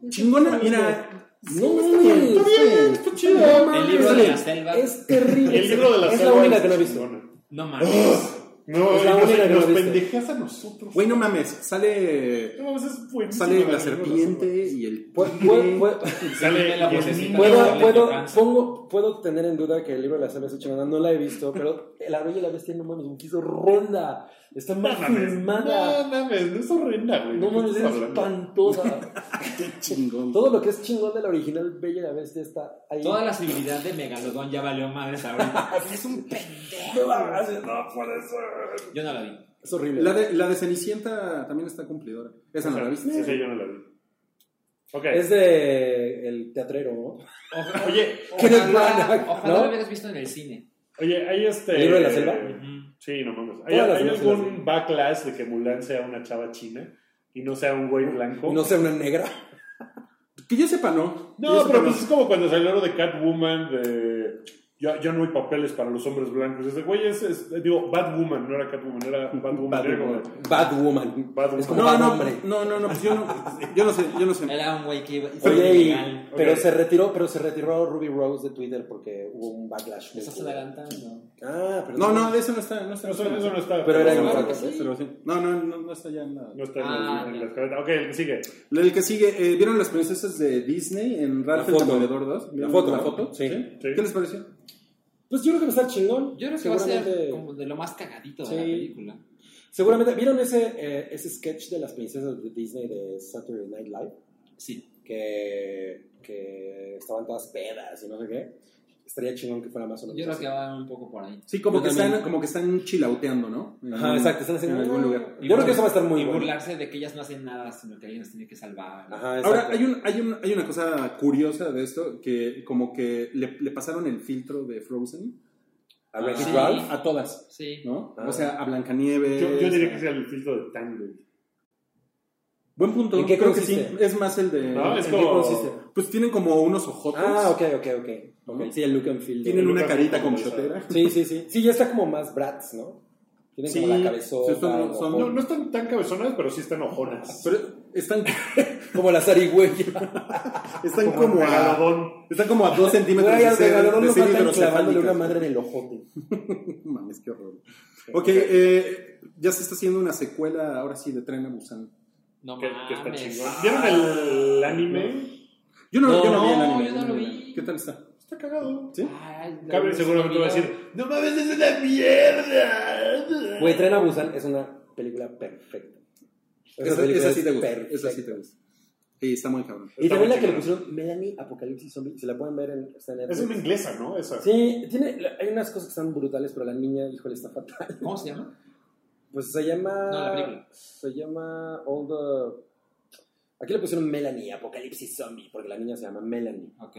Chingona, mira. No, está bien, está bien, está chido. El libro de la Es- selva. Es terrible. El libro de la Es selva la única es que no he visto. chingona. No mames. No, Es la y nos- única que nos no viste. pendejeas a nosotros. Güey, no mames, sale, No mames, es buenísimo. sale la Amigos, serpiente y el Pu- tigre. pu- pu- Sale la y el vocecita. niño. Puedo, Darle puedo, tocanza. pongo, puedo tener en duda que el libro de la selva es chingona, no la he visto, pero La Bella y la Bestia no mames, me quiso ronda, está No mal mames, filmada, no mames, no es horrenda, güey. no ¿De qué mames, es estás hablando? espantosa. Qué chingón. Todo lo que es chingón de la original Bella y la Bestia está ahí. Toda la civilidad de Megalodón ya valió madres ahorita. es un pendejo. No mames, no. Yo no la vi. Es horrible. La de, la de Cenicienta también está cumplidora. Esa no la viste. Sí, sí, yo no la vi. Ok. Es de el teatrero, ¿no? Ojalá, Oye, Ojalá- ojalá, ¿no? lo hubieras visto en el cine. oye, hay este. ¿El libro de la selva? Sí, no mames. ¿Hay, Todas las hay demás se las algún backlash de que Mulan sea una chava china? y no sea un güey blanco. No sea una negra. Que yo sepa, no. Que yo No, sepa, pero pues es como cuando salió lo de Catwoman, de ya, ya no hay papeles para los hombres blancos. Ese güey es, es- digo, Batwoman, no era Catwoman, era Batwoman. Bad era como- Woman. Bad woman. Bad Es Woman. como No, bad no, hombre. no, no, no, pues yo no, yo no sé, yo no sé. Era un güey que iba. Oye, y- ilegal. pero Ok. se retiró, pero se retiró Ruby Rose de Twitter porque hubo un backlash. muy Estás fuerte. adelantando. Ah, pero No, no, de eso no está, no está. Eso, eso no está. Pero era no, igual. no, No, no, no, no está ya en la... no está en Ah, la- en ya. la escaleta. Ok, el que sigue. El que sigue, eh, ¿vieron las princesas de Disney en Ralph La el foto. Demoledor 2? ¿Vieron foto, la ¿no? foto? Sí. Sí. ¿Qué les pareció? Pues yo creo que va a estar chingón. Yo creo que va a ser Seguramente- como de lo más cagadito de Sí. la película. Seguramente, ¿vieron ese, eh, ese sketch de las princesas de Disney de Saturday Night Live? Sí. Que, que estaban todas pedas y no sé qué. Estaría chingón que fuera más o Yo menos. creo así. que va un poco por ahí. Sí, como Yo que, también. están, como que están chilauteando, ¿no? En Ajá, algún- exacto, están haciendo En algún lugar. Yo creo que eso va a estar muy y bueno. burlarse de que ellas no hacen nada, sino que alguien las tiene que salvar. Ajá, exacto. Ahora, hay, un, hay, un, hay una cosa curiosa de esto, que como que le, le pasaron el filtro de Frozen A Wreck-It Sí. Ralph. a todas, Sí. ¿no? Ah. O sea, a Blancanieves. Yo, yo diría que a- sea el filtro de Tangle. Buen punto. ¿En qué creo que sí. consiste? Es más el de. No, es ¿en como- qué consiste? Pues tienen como unos ojotes. Ah, ok, ok, ok. Ok, Sí, el look and feel. de- Tienen una Lucas carita como con esa. chotera. Sí, sí, sí. Sí, ya está como más brats, ¿no? Tienen Sí, como la cabezota. sí, son- o son- como- No, no están tan cabezonas, pero sí están ojonas. Pero están, Como la zarigüeya. están como a. megalodón. Están como a dos centímetros Güey, de al ser, regalador de lo ser matan clavándole hidrocefálicas. una madre en el ojote. Mames, qué horror. Ok, eh, ya se está haciendo una secuela ahora sí de Tren a Busan. No Que, mames. Ah. que está chingón. ¿Vieron el anime? Yo no, No, yo no vi el no, anime. yo no lo vi. vi. ¿Qué tal está? Está cagado. ¿Sí? Ay, la Cabe verdad, seguramente va a decir, no mames, es una mierda. Güey, Tren a Busan es una película perfecta. Esa, película esa sí es te gusta. perfecta. Esa sí te gusta. Sí, está muy cabrón. Y Está también muy la que le chingona. pusieron Melanie Apocalipsis Zombie, se la pueden ver en, está en Es una Netflix. inglesa, ¿no? Esa. Sí, tiene, la- hay unas cosas que están brutales, pero la niña, híjole, está fatal. ¿Cómo se llama? Pues se llama... No, la película. Se llama All the... Aquí le pusieron Melanie Apocalipsis Zombie, porque la niña se llama Melanie. Ok.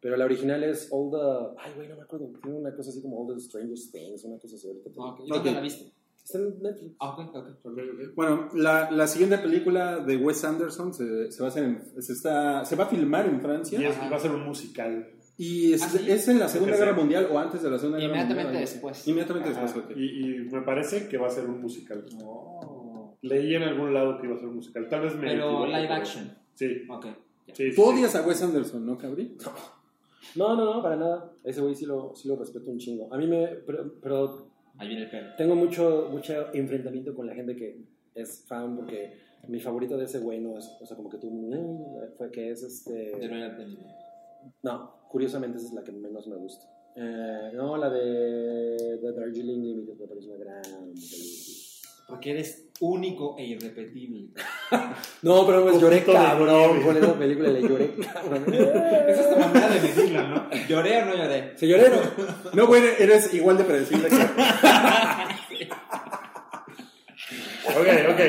Pero la original es All the... Ay, güey, no me acuerdo. Tiene una cosa así como All the Strangest Things, una cosa así. ahorita te- Ah, Ok, ¿Y dónde Ok. la viste? Está en Netflix. Ah, ok, ok. Bueno, la, la siguiente película de Wes Anderson se, se va a hacer en- se, está, se va a filmar en Francia. Y es- Ajá. va a ser un musical. Y es, ¿Ah, sí? es en la Segunda Sí, sí. Guerra Mundial o antes de la Segunda Guerra Mundial. Inmediatamente algo así. después. Inmediatamente Ajá. después, ok. Y, y me parece que va a ser un musical. pues Oh. Leí en algún lado que iba a ser un musical. Tal vez me. Pero equivoque, live pero- action. Sí. Ok. ya. sí, sí, Tú sí. odias a Wes Anderson, ¿no, Cabri? No, no, no, para nada. A Ese güey sí lo, sí lo respeto un chingo. A mí me... Pero, pero Ahí viene el perro. tengo mucho, mucho enfrentamiento con la gente que es fan porque mi favorito de ese güey no es, o sea, como que tú, "Mm", fue que es Pero este... era de- No, curiosamente esa es la que menos me gusta. Eh, no, la de The Darjeeling Limited me parece una gran película. Porque eres único e irrepetible. No, pero me lloré Copito de cabrón nieve. con esa película, le lloré cabrón. Esa es tu manera de decirlo, ¿no? ¿Lloré o no lloré? Se lloré, ¿no? No, bueno, eres igual de predecible que... Ok, ok.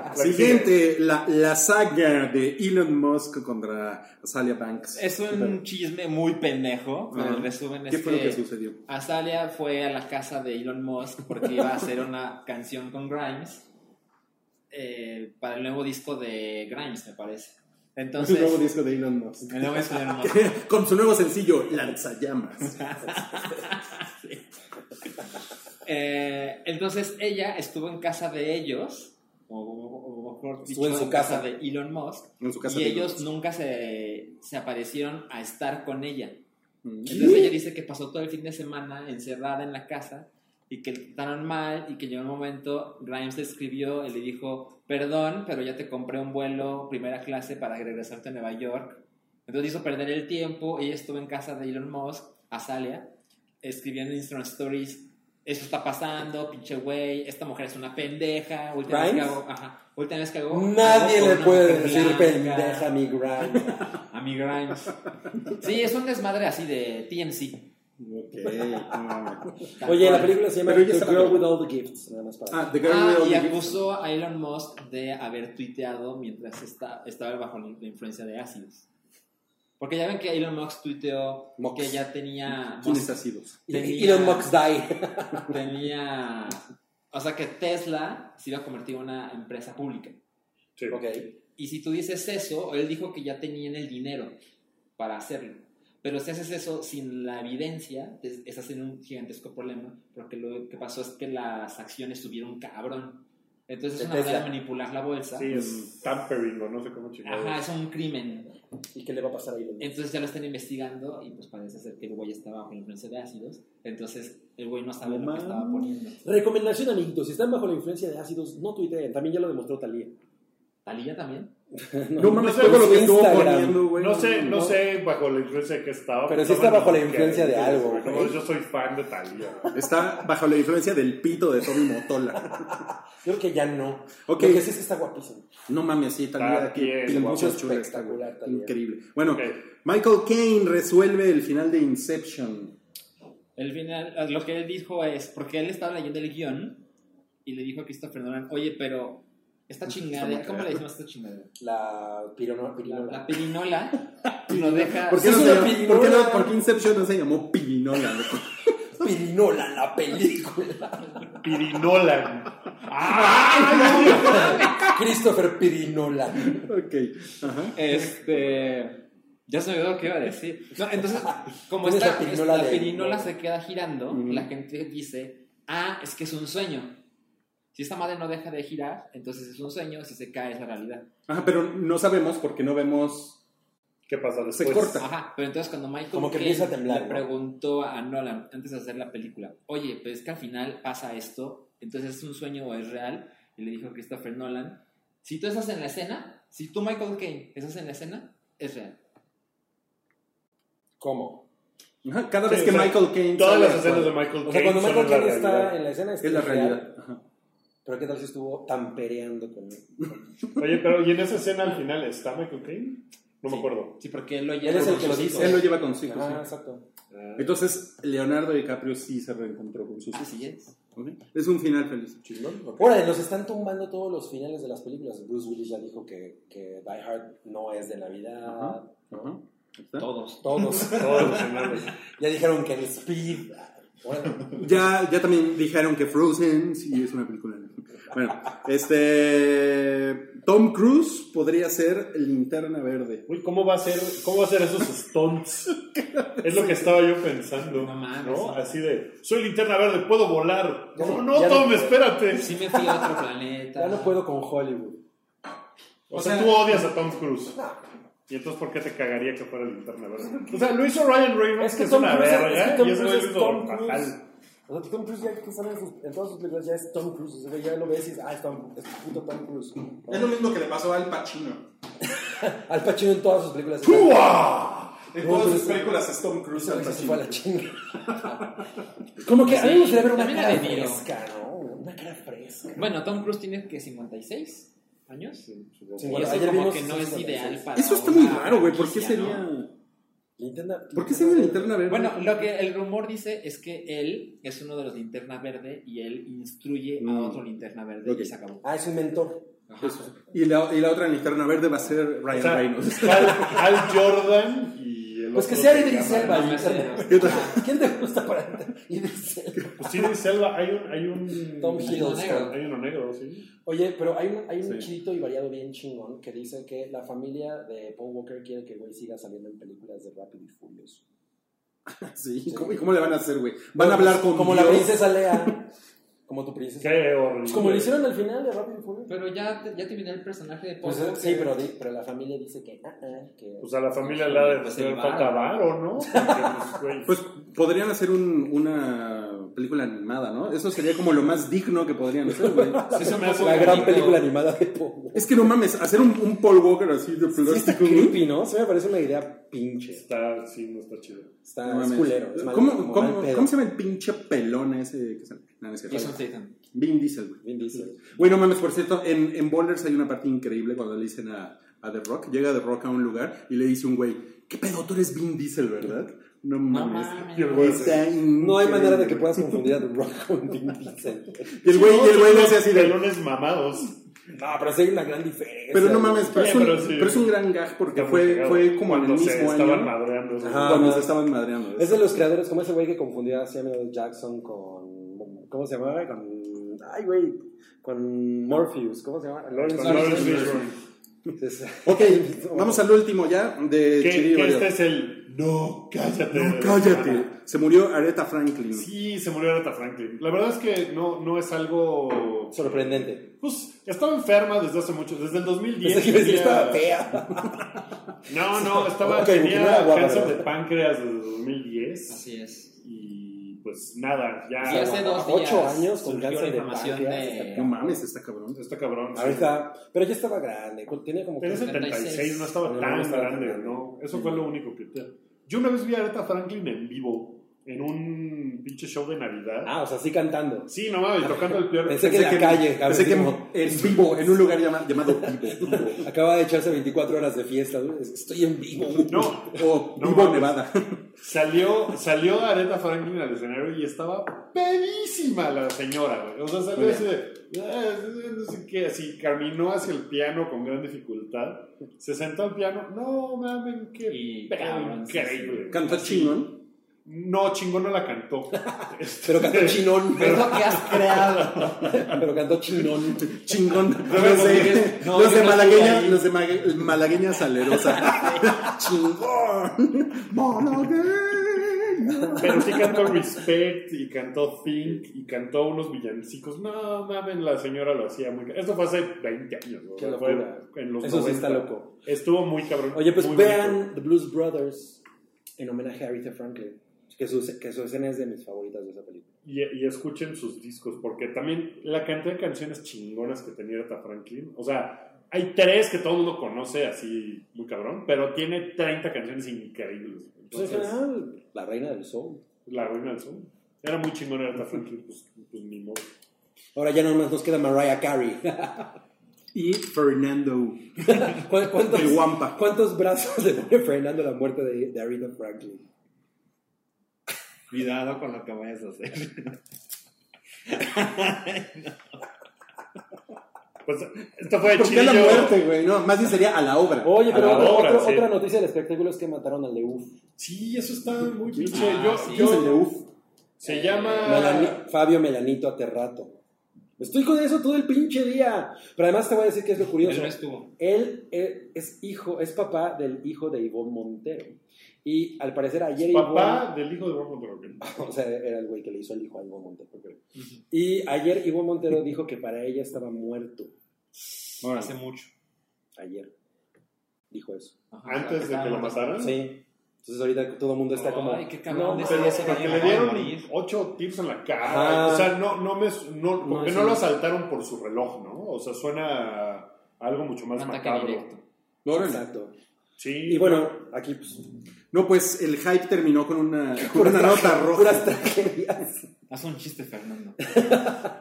La que Siguiente, la, la saga de Elon Musk contra Azalea Banks. Es un chisme muy pendejo, pero el Ajá. resumen es ¿Qué fue lo que que sucedió? Azalea fue a la casa de Elon Musk porque iba a hacer una canción con Grimes eh, para el nuevo disco de Grimes, me parece. Entonces, el nuevo disco de Elon Musk. el nuevo disco de Elon Musk. Con su nuevo sencillo, Lanzallamas. Eh, entonces ella estuvo en casa de ellos, o, o- o mejor dicho, Estuvo en su casa. de Elon Musk, En su casa y de ellos Elon nunca se, se aparecieron a estar con ella. Musk. Entonces Mm. ella dice que pasó todo el fin de semana encerrada en la casa y que le trataron mal y que llegó un momento, Grimes le escribió y le dijo, perdón, pero ya te compré un vuelo primera clase para regresarte a Nueva York. Entonces hizo perder el tiempo, ella estuvo en casa de Elon Musk, Azalea, escribiendo en Instagram Stories, eso está pasando, pinche güey, esta mujer es una pendeja, última vez que ¿Grimes? hago, ajá, última vez que hago- Nadie hago con le una puede mujer decir blanca". pendeja a mi gran. A mi Grimes. Sí, es un desmadre así de TMC. Ok, no mames. Tal Oye, la cual. película se llama Pero ella The está Girl bien. with All the Gifts, nada más para. Ah, The Girl Ah, with All y the Gifts. acusó a Elon Musk de haber tuiteado mientras esta- estaba bajo la influencia de ácidos. Porque ya ven que Elon Musk tuiteó Mox. que ya tenía. ¿Quiénes Musk ha sido? tenía- Elon Musk die. Tenía. O sea que Tesla se iba a convertir en una empresa pública. Sí. Ok. Y si tú dices eso, él dijo que ya tenían el dinero para hacerlo. Pero si haces eso sin la evidencia, te- estás en un gigantesco problema, porque lo que pasó es que las acciones tuvieron cabrón. Entonces es una De manera de Tesla. manipular la bolsa. Sí, es tampering o no sé cómo chingados. Ajá, es un crimen. ¿Y qué le va a pasar a Elon Musk? Entonces ya lo están investigando y pues parece ser que el güey estaba bajo la influencia de ácidos. Entonces el güey no sabe lo que Mames. estaba poniendo. Recomendación, amiguitos, si están bajo la influencia de ácidos, no tuiteen. También ya lo demostró Talía. ¿Talía también? No mames, sé todo con lo que su estuvo Instagram. poniendo, güey. No sé, no sé bajo la influencia de qué estaba. Pero no sí está mames, bajo la que- influencia de que- algo, no, güey. Yo soy fan de Talía. Está bajo la influencia del pito de Tommy Motola. Yo creo que ya no. Ok. Porque sí, sí está guapísimo. No mames, sí, tal Está vez que bien, tiene guapo, muchas chulas, está, güey. espectacular, tal vez. Increíble. Bueno, Ok. Michael Caine resuelve el final de Inception. El final, ah, lo que él dijo es, porque él estaba leyendo el guión y le dijo a Christopher Nolan, oye, pero esta chingada, muy ¿cómo cagado. le decimos a esta chingada? La pirona, La, pirinola. la pirinola lo deja... ¿Por qué, Sí, no se es una llamó- pirinola. por qué no- por qué Inception no se llamó Pirinola? güey? pirinola, la película. Pirinolan. Ah, Christopher Pirinola. ok. Ajá. Este. Ya se me olvidó lo que iba a decir. No, entonces, como ¿Cuál es está, la pirinola la de- pirinola se queda girando, Ujú. la gente dice, ah, es que es un sueño. Si esta madre no deja de girar, entonces es un sueño, si se cae es la realidad. Ajá, pero no sabemos porque no vemos. ¿Qué pasa después? Pues, Se corta. Ajá, pero entonces cuando Michael Como que Caine empieza a temblar, le ¿no? preguntó a Nolan antes de hacer la película, oye, pues es que al final pasa esto, entonces es un sueño o es real, y le dijo Christopher Nolan, si tú estás en la escena, si tú Michael Caine estás en la escena, es real. ¿Cómo? Ajá, cada Sí, vez o que sea, Michael Caine. Todas sale las a escenas de actuar, Michael O sea, cuando Caine son Michael en Caine la está realidad. en la escena es, Es la real, realidad. Ajá. Pero qué tal si estuvo tampereando con él. Oye, pero ¿y en esa escena al final está Michael Caine? No me acuerdo. Sí, porque él lo lleva. Él es el con que lo sus dice. hijos. Él lo lleva consigo. Ah, sí. exacto. Entonces, Leonardo DiCaprio sí se reencontró con sus hijos. Así es. Ok. Es un final feliz. Chingón. Órale, nos están tumbando todos los finales de las películas. Bruce Willis ya dijo que, que Die Hard no es de Navidad. Ajá. Ajá. Ahí está. Todos. Todos. Todos los finales. ya dijeron que el Speed. ah, Bueno, Ya, ya también dijeron que Frozen sí es una película. Bueno, este. Tom Cruise podría ser Linterna Verde. Uy, ¿cómo va a ser, cómo va a ser esos stunts? Es lo que estaba yo pensando. No mames. ¿no? Así de, soy linterna verde, puedo volar. Ya No, no- no, ya no Tom, puedo. espérate. Sí me fui a otro planeta. ya no puedo con Hollywood. O sea, tú odias a Tom Cruise. ¿Y entonces por qué te cagaría que fuera linterna verde? O sea, lo hizo Ryan Reynolds, Es que que es Tom una Cruise es, verga. que Tom Y ese Cruise güey es lo Tom hizo Cruise. fatal. O sea, Tom Cruise ya que sale en, sus- en todas sus películas ya es Tom Cruise. Ese güey ya lo ves y dices, ah, es Tom, es puto Tom Cruise. Es lo mismo que le pasó al Pacino. Al Pacino en todas sus películas. es ¡Uah! En No, todas pero sus sí. películas es Tom Cruise Tom al Cruise. Se fue a Pacino. la chinga. Como que a mí me gustaría ver una También la cara de Niro. fresca, ¿no? Una cara fresca. Bueno, Tom Cruise tiene que 56 años. Sí, y bueno, eso ayer como vimos que no es 56. ideal para. Eso está muy una raro, güey. ¿Por qué franquicia, ¿no? sería.? Linterna- ¿Por qué sería Linterna Verde? Bueno, lo que el rumor dice es que él es uno de los linterna verde y él instruye Mm. a otro linterna verde Ok. y se acabó. Ah, es un mentor. Ajá. Y la, y la otra Linterna Verde va a ser Ryan O sea, Reynolds. Hal, Hal Jordan y el Pues que otro sea se Idris llama- Elba. No me hace- ¿Quién te gusta para Idris Elba? Pues Idris Elba, hay un... Hay un Tom Hiddleston. Hay uno negro, sí. Oye, pero hay un, hay un Sí. chidito y variado bien chingón que dice que la familia de Paul Walker quiere que el güey siga saliendo en películas de Rápido y Furioso. Sí, ¿y ¿cómo, y cómo le van a hacer, güey? Van a hablar con Pues, Como la Dios? princesa Lea. como tu princesa. Qué horrible. Pues como lo hicieron al final de Rápido y Furioso. Pero ya, te- ya terminé el personaje de Paul Pues, Walker. sí, pero, di- pero la familia dice que... ah, ah, que Pues a la familia le ha de Pues hacer el falta varo. varo, ¿no? Porque, pues, güey, Pues podrían hacer un- una película animada, ¿no? Eso sería como lo más digno que podrían hacer, güey. Sí, se me hace ah, la un gran poquito- película animada de Paul Walker. Es que no mames, hacer un, un Paul Walker así de Sí está plástico. güey. creepy, ¿no? Se me parece una idea pinche. está, sí, no está chido. Está No es mames. culero. Es mal- ¿Cómo, como cómo- mal pedo. cómo se llama el pinche pelón ese que sale? No, no es cierto. Jason Statham. Vin Diesel, güey. Vin Diesel. Güey, no mames, por cierto, en, en Boulders hay una parte increíble cuando le dicen a, a The Rock, llega The Rock a un lugar y le dice un güey, ¿qué pedo? Tú eres Vin Diesel, ¿verdad? No mames. mames. Y el güey está No hay manera de que increíble. puedas confundir a The Rock con Vin Diesel. Y el güey, y el güey le hace hace así de... Pelones mamados. No, pero sí hay una gran diferencia. Pero no mames, pero, Sí, es, un, pero sí. pero es un gran gag porque Está muy fue, cagado. fue como en el Cuando mismo se año estaban madreando. esos Ajá. cuando Ah, se estaban madreando. Es de los creadores, como ese güey que confundía a Samuel Jackson con. ¿Cómo se llamaba? Con Ay, güey. Con Morpheus. ¿Cómo se llama? Lawrence Ah, Con Lawrence Fishburne. Fishburne. Entonces, Ok, vamos al último ya de Que- Chiri que Barrios. este es el. No, cállate. No, cállate. Se murió Aretha Franklin. Sí, se murió Aretha Franklin. La verdad es que no, no es algo. Sorprendente. Pues estaba enferma desde hace mucho, desde el 2010. Pensé que iba a decir, tenía- estaba fea. No, no, estaba Ok, tenía no era guapa, cáncer ¿verdad? de páncreas desde 2010 Así es. y pues nada, Y ya hace dos días Ocho años con surgió cáncer la de información páncreas, de- está No mames, está cabrón. está cabrón. sí. Ahorita, pero ya estaba grande, cu- tenía como Tenía que- 76, no No, estaba no tan estaba tan grande, grande. ¿no? Eso fue lo único que Yo una vez vi a Aretha Franklin en vivo en un pinche show de Navidad. Ah, o sea, sí cantando. Sí, no mames, tocando el piano. Pensé que en la calle, a Pensé ver, que como- en vivo, en un lugar llama- llamado vivo. Acaba de echarse 24 horas de fiesta, ¿no? Es que estoy en vivo. No, O No vivo mames. Nevada. Salió, salió Aretha Franklin al escenario y estaba pedísima la señora, güey. O sea, salió así de. "Ah, No sé qué, así caminó hacia el piano con gran dificultad. Se sentó al piano. No mames, qué Y pedo cabrón, sí, increíble. Cantó Así. chingón. No, chingón no la cantó. Este, Pero cantó chinón. Es lo que has creado. pero cantó chinón. Chingón. me Los de, confíes. No, yo los de no estuve malagueña, ahí. los de Mague- malagueña salerosa. Chingón. Malagueña. Pero sí cantó Respect y cantó Think y cantó unos villancicos. No mames, la señora lo hacía muy. ca- Esto fue hace 20 años, güey. Qué Fue locura. en los Eso sí 90. está loco. Estuvo muy cabrón. Oye, pues muy vean bonito. The Blues Brothers en homenaje a Aretha Franklin. Que su, que su escena es de mis favoritas de esa película. Y, y escuchen sus discos, porque también la cantidad de canciones chingonas que tenía Aretha Franklin, o sea, hay tres que todo el mundo conoce así muy cabrón, pero tiene 30 canciones increíbles. Pues Entonces, en general, la reina del soul. la ruina del son. Era muy chingona Aretha Franklin, pues, pues ni modo. Ahora ya nomás nos queda Mariah Carey. Y Fernando, ¿Cu- ¿Cuántos, el guampa. ¿Cuántos brazos le pone Fernando la muerte de, de Aretha Franklin? Cuidado con lo que vayas a hacer. Pues esto fue ¿Por qué chillo. la muerte, güey? No, más bien sería a la obra. Oye, A pero la otra, hora, otra- sí. otra noticia del espectáculo es que mataron al de UF. Sí, eso está muy pinche. Ah, yo, yo- sí. ¿Quién es el de UF? se llama... Melani- Fabio Melanito Aterrato. Estoy con eso todo el pinche día. Pero además te voy a decir que es lo curioso. Él no estuvo. Él eh, es hijo, es papá del hijo de Ivonne Montero. Y al parecer ayer Ivonne- Papá del hijo de Ron Montero. o sea, era el güey que le hizo el hijo a Ivonne Montero. creo. Y ayer Ivonne Montero dijo que para ella estaba muerto. Hace mucho. Ayer. Dijo eso. Ajá, Antes de que estábamos- lo mataran. Sí. Entonces ahorita todo el mundo está como... Ay, qué cabrón, no, de Pero Sí, ese porque güey le acaba de dieron morir. ocho tiros en la cara. Ajá. O sea, no, no me. No, No, como que sí, no lo no. asaltaron por su reloj, ¿no? O sea, suena a algo mucho Un más ataque macabro. directo. Órale. Exacto. Sí. Y bueno, aquí pues... No, pues el hype terminó con una, con una nota roja. Puras tragedias. Haz un chiste, Fernando.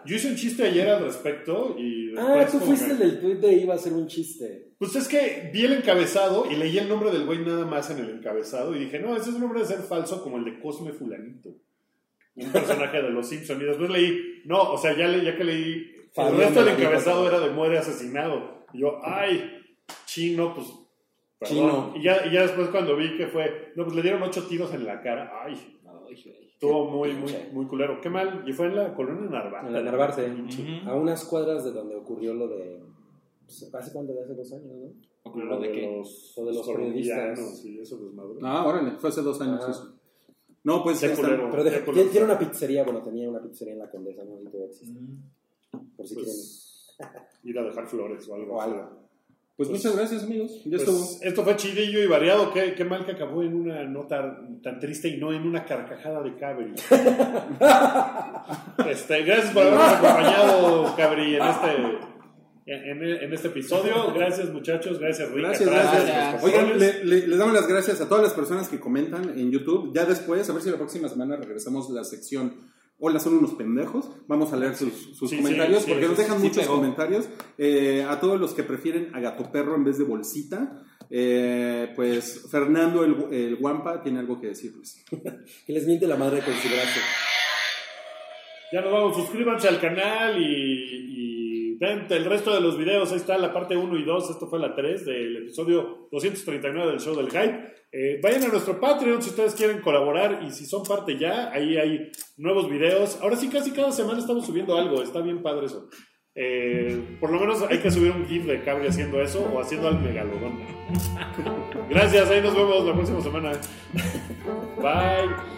Yo hice un chiste ayer al respecto y. Ah, después tú como fuiste que- el del tweet de iba a ser un chiste. Pues es que vi el encabezado y leí el nombre del güey nada más en el encabezado y dije, no, ese es un nombre de ser falso como el de Cosme Fulanito. Un personaje de los Simpsons. Y después leí, no, o sea, ya, le- ya que leí. El Fabián resto del Melanito. encabezado era de muere asesinado. Y yo, ay, chino, pues. perdón. Chino. Y ya, y ya después cuando vi que fue, no, pues le dieron ocho tiros en la cara. Ay, Ay, güey. estuvo muy, muy, pinche. muy culero. Qué mal. Y fue en la colonia Narvarte. En la Narvarte. Ujú. A unas cuadras de donde ocurrió lo de. pues, ¿Hace cuánto? De hace dos años, ¿no? ¿Ocurrió lo de qué? los, Lo de los colombianos periodistas. Y eso desmadre. Ah, órale, fue hace dos años Ah. eso. No, pues Qué ya está. culero. Pero deja- Qué tiene, culero. tiene una pizzería, bueno, tenía una pizzería en la Condesa, no sé si todavía existe. Por si Pues, ir a dejar flores o quieren. algo. O algo. Pues muchas gracias, amigos. Ya Pues, estuvo. esto fue chidillo y variado. Qué, qué mal que acabó en una nota tan triste y no en una carcajada de Cabri. Este, gracias por habernos acompañado, Cabri, en este. En, en este episodio, gracias muchachos, gracias Rick. Gracias, atrás, gracias. los Oigan, controles. le, le- les damos las gracias a todas las personas que comentan en YouTube. Ya después, a ver si la próxima semana regresamos la sección. Hola, son unos pendejos. Vamos a leer sus, sus Sí, comentarios sí, sí, porque nos sí, dejan sí muchos pegó. comentarios. Eh, a todos los que prefieren a gato perro en vez de bolsita, eh, pues Fernando el, gu- el Guampa tiene algo que decirles. Que les miente la madre con su brazo. Ya nos vamos, suscríbanse al canal y, y Y vean el resto de los videos, ahí está la parte 1 y 2, esto fue la 3 del episodio 239 del show del hype. Eh, vayan a nuestro Patreon si ustedes quieren colaborar y si son parte ya, ahí hay nuevos videos. Ahora sí, casi cada semana estamos subiendo algo, está bien padre eso. Eh, por lo menos hay que subir un GIF de Cabri haciendo eso o haciendo al megalodón. Gracias, ahí nos vemos la próxima semana. Bye.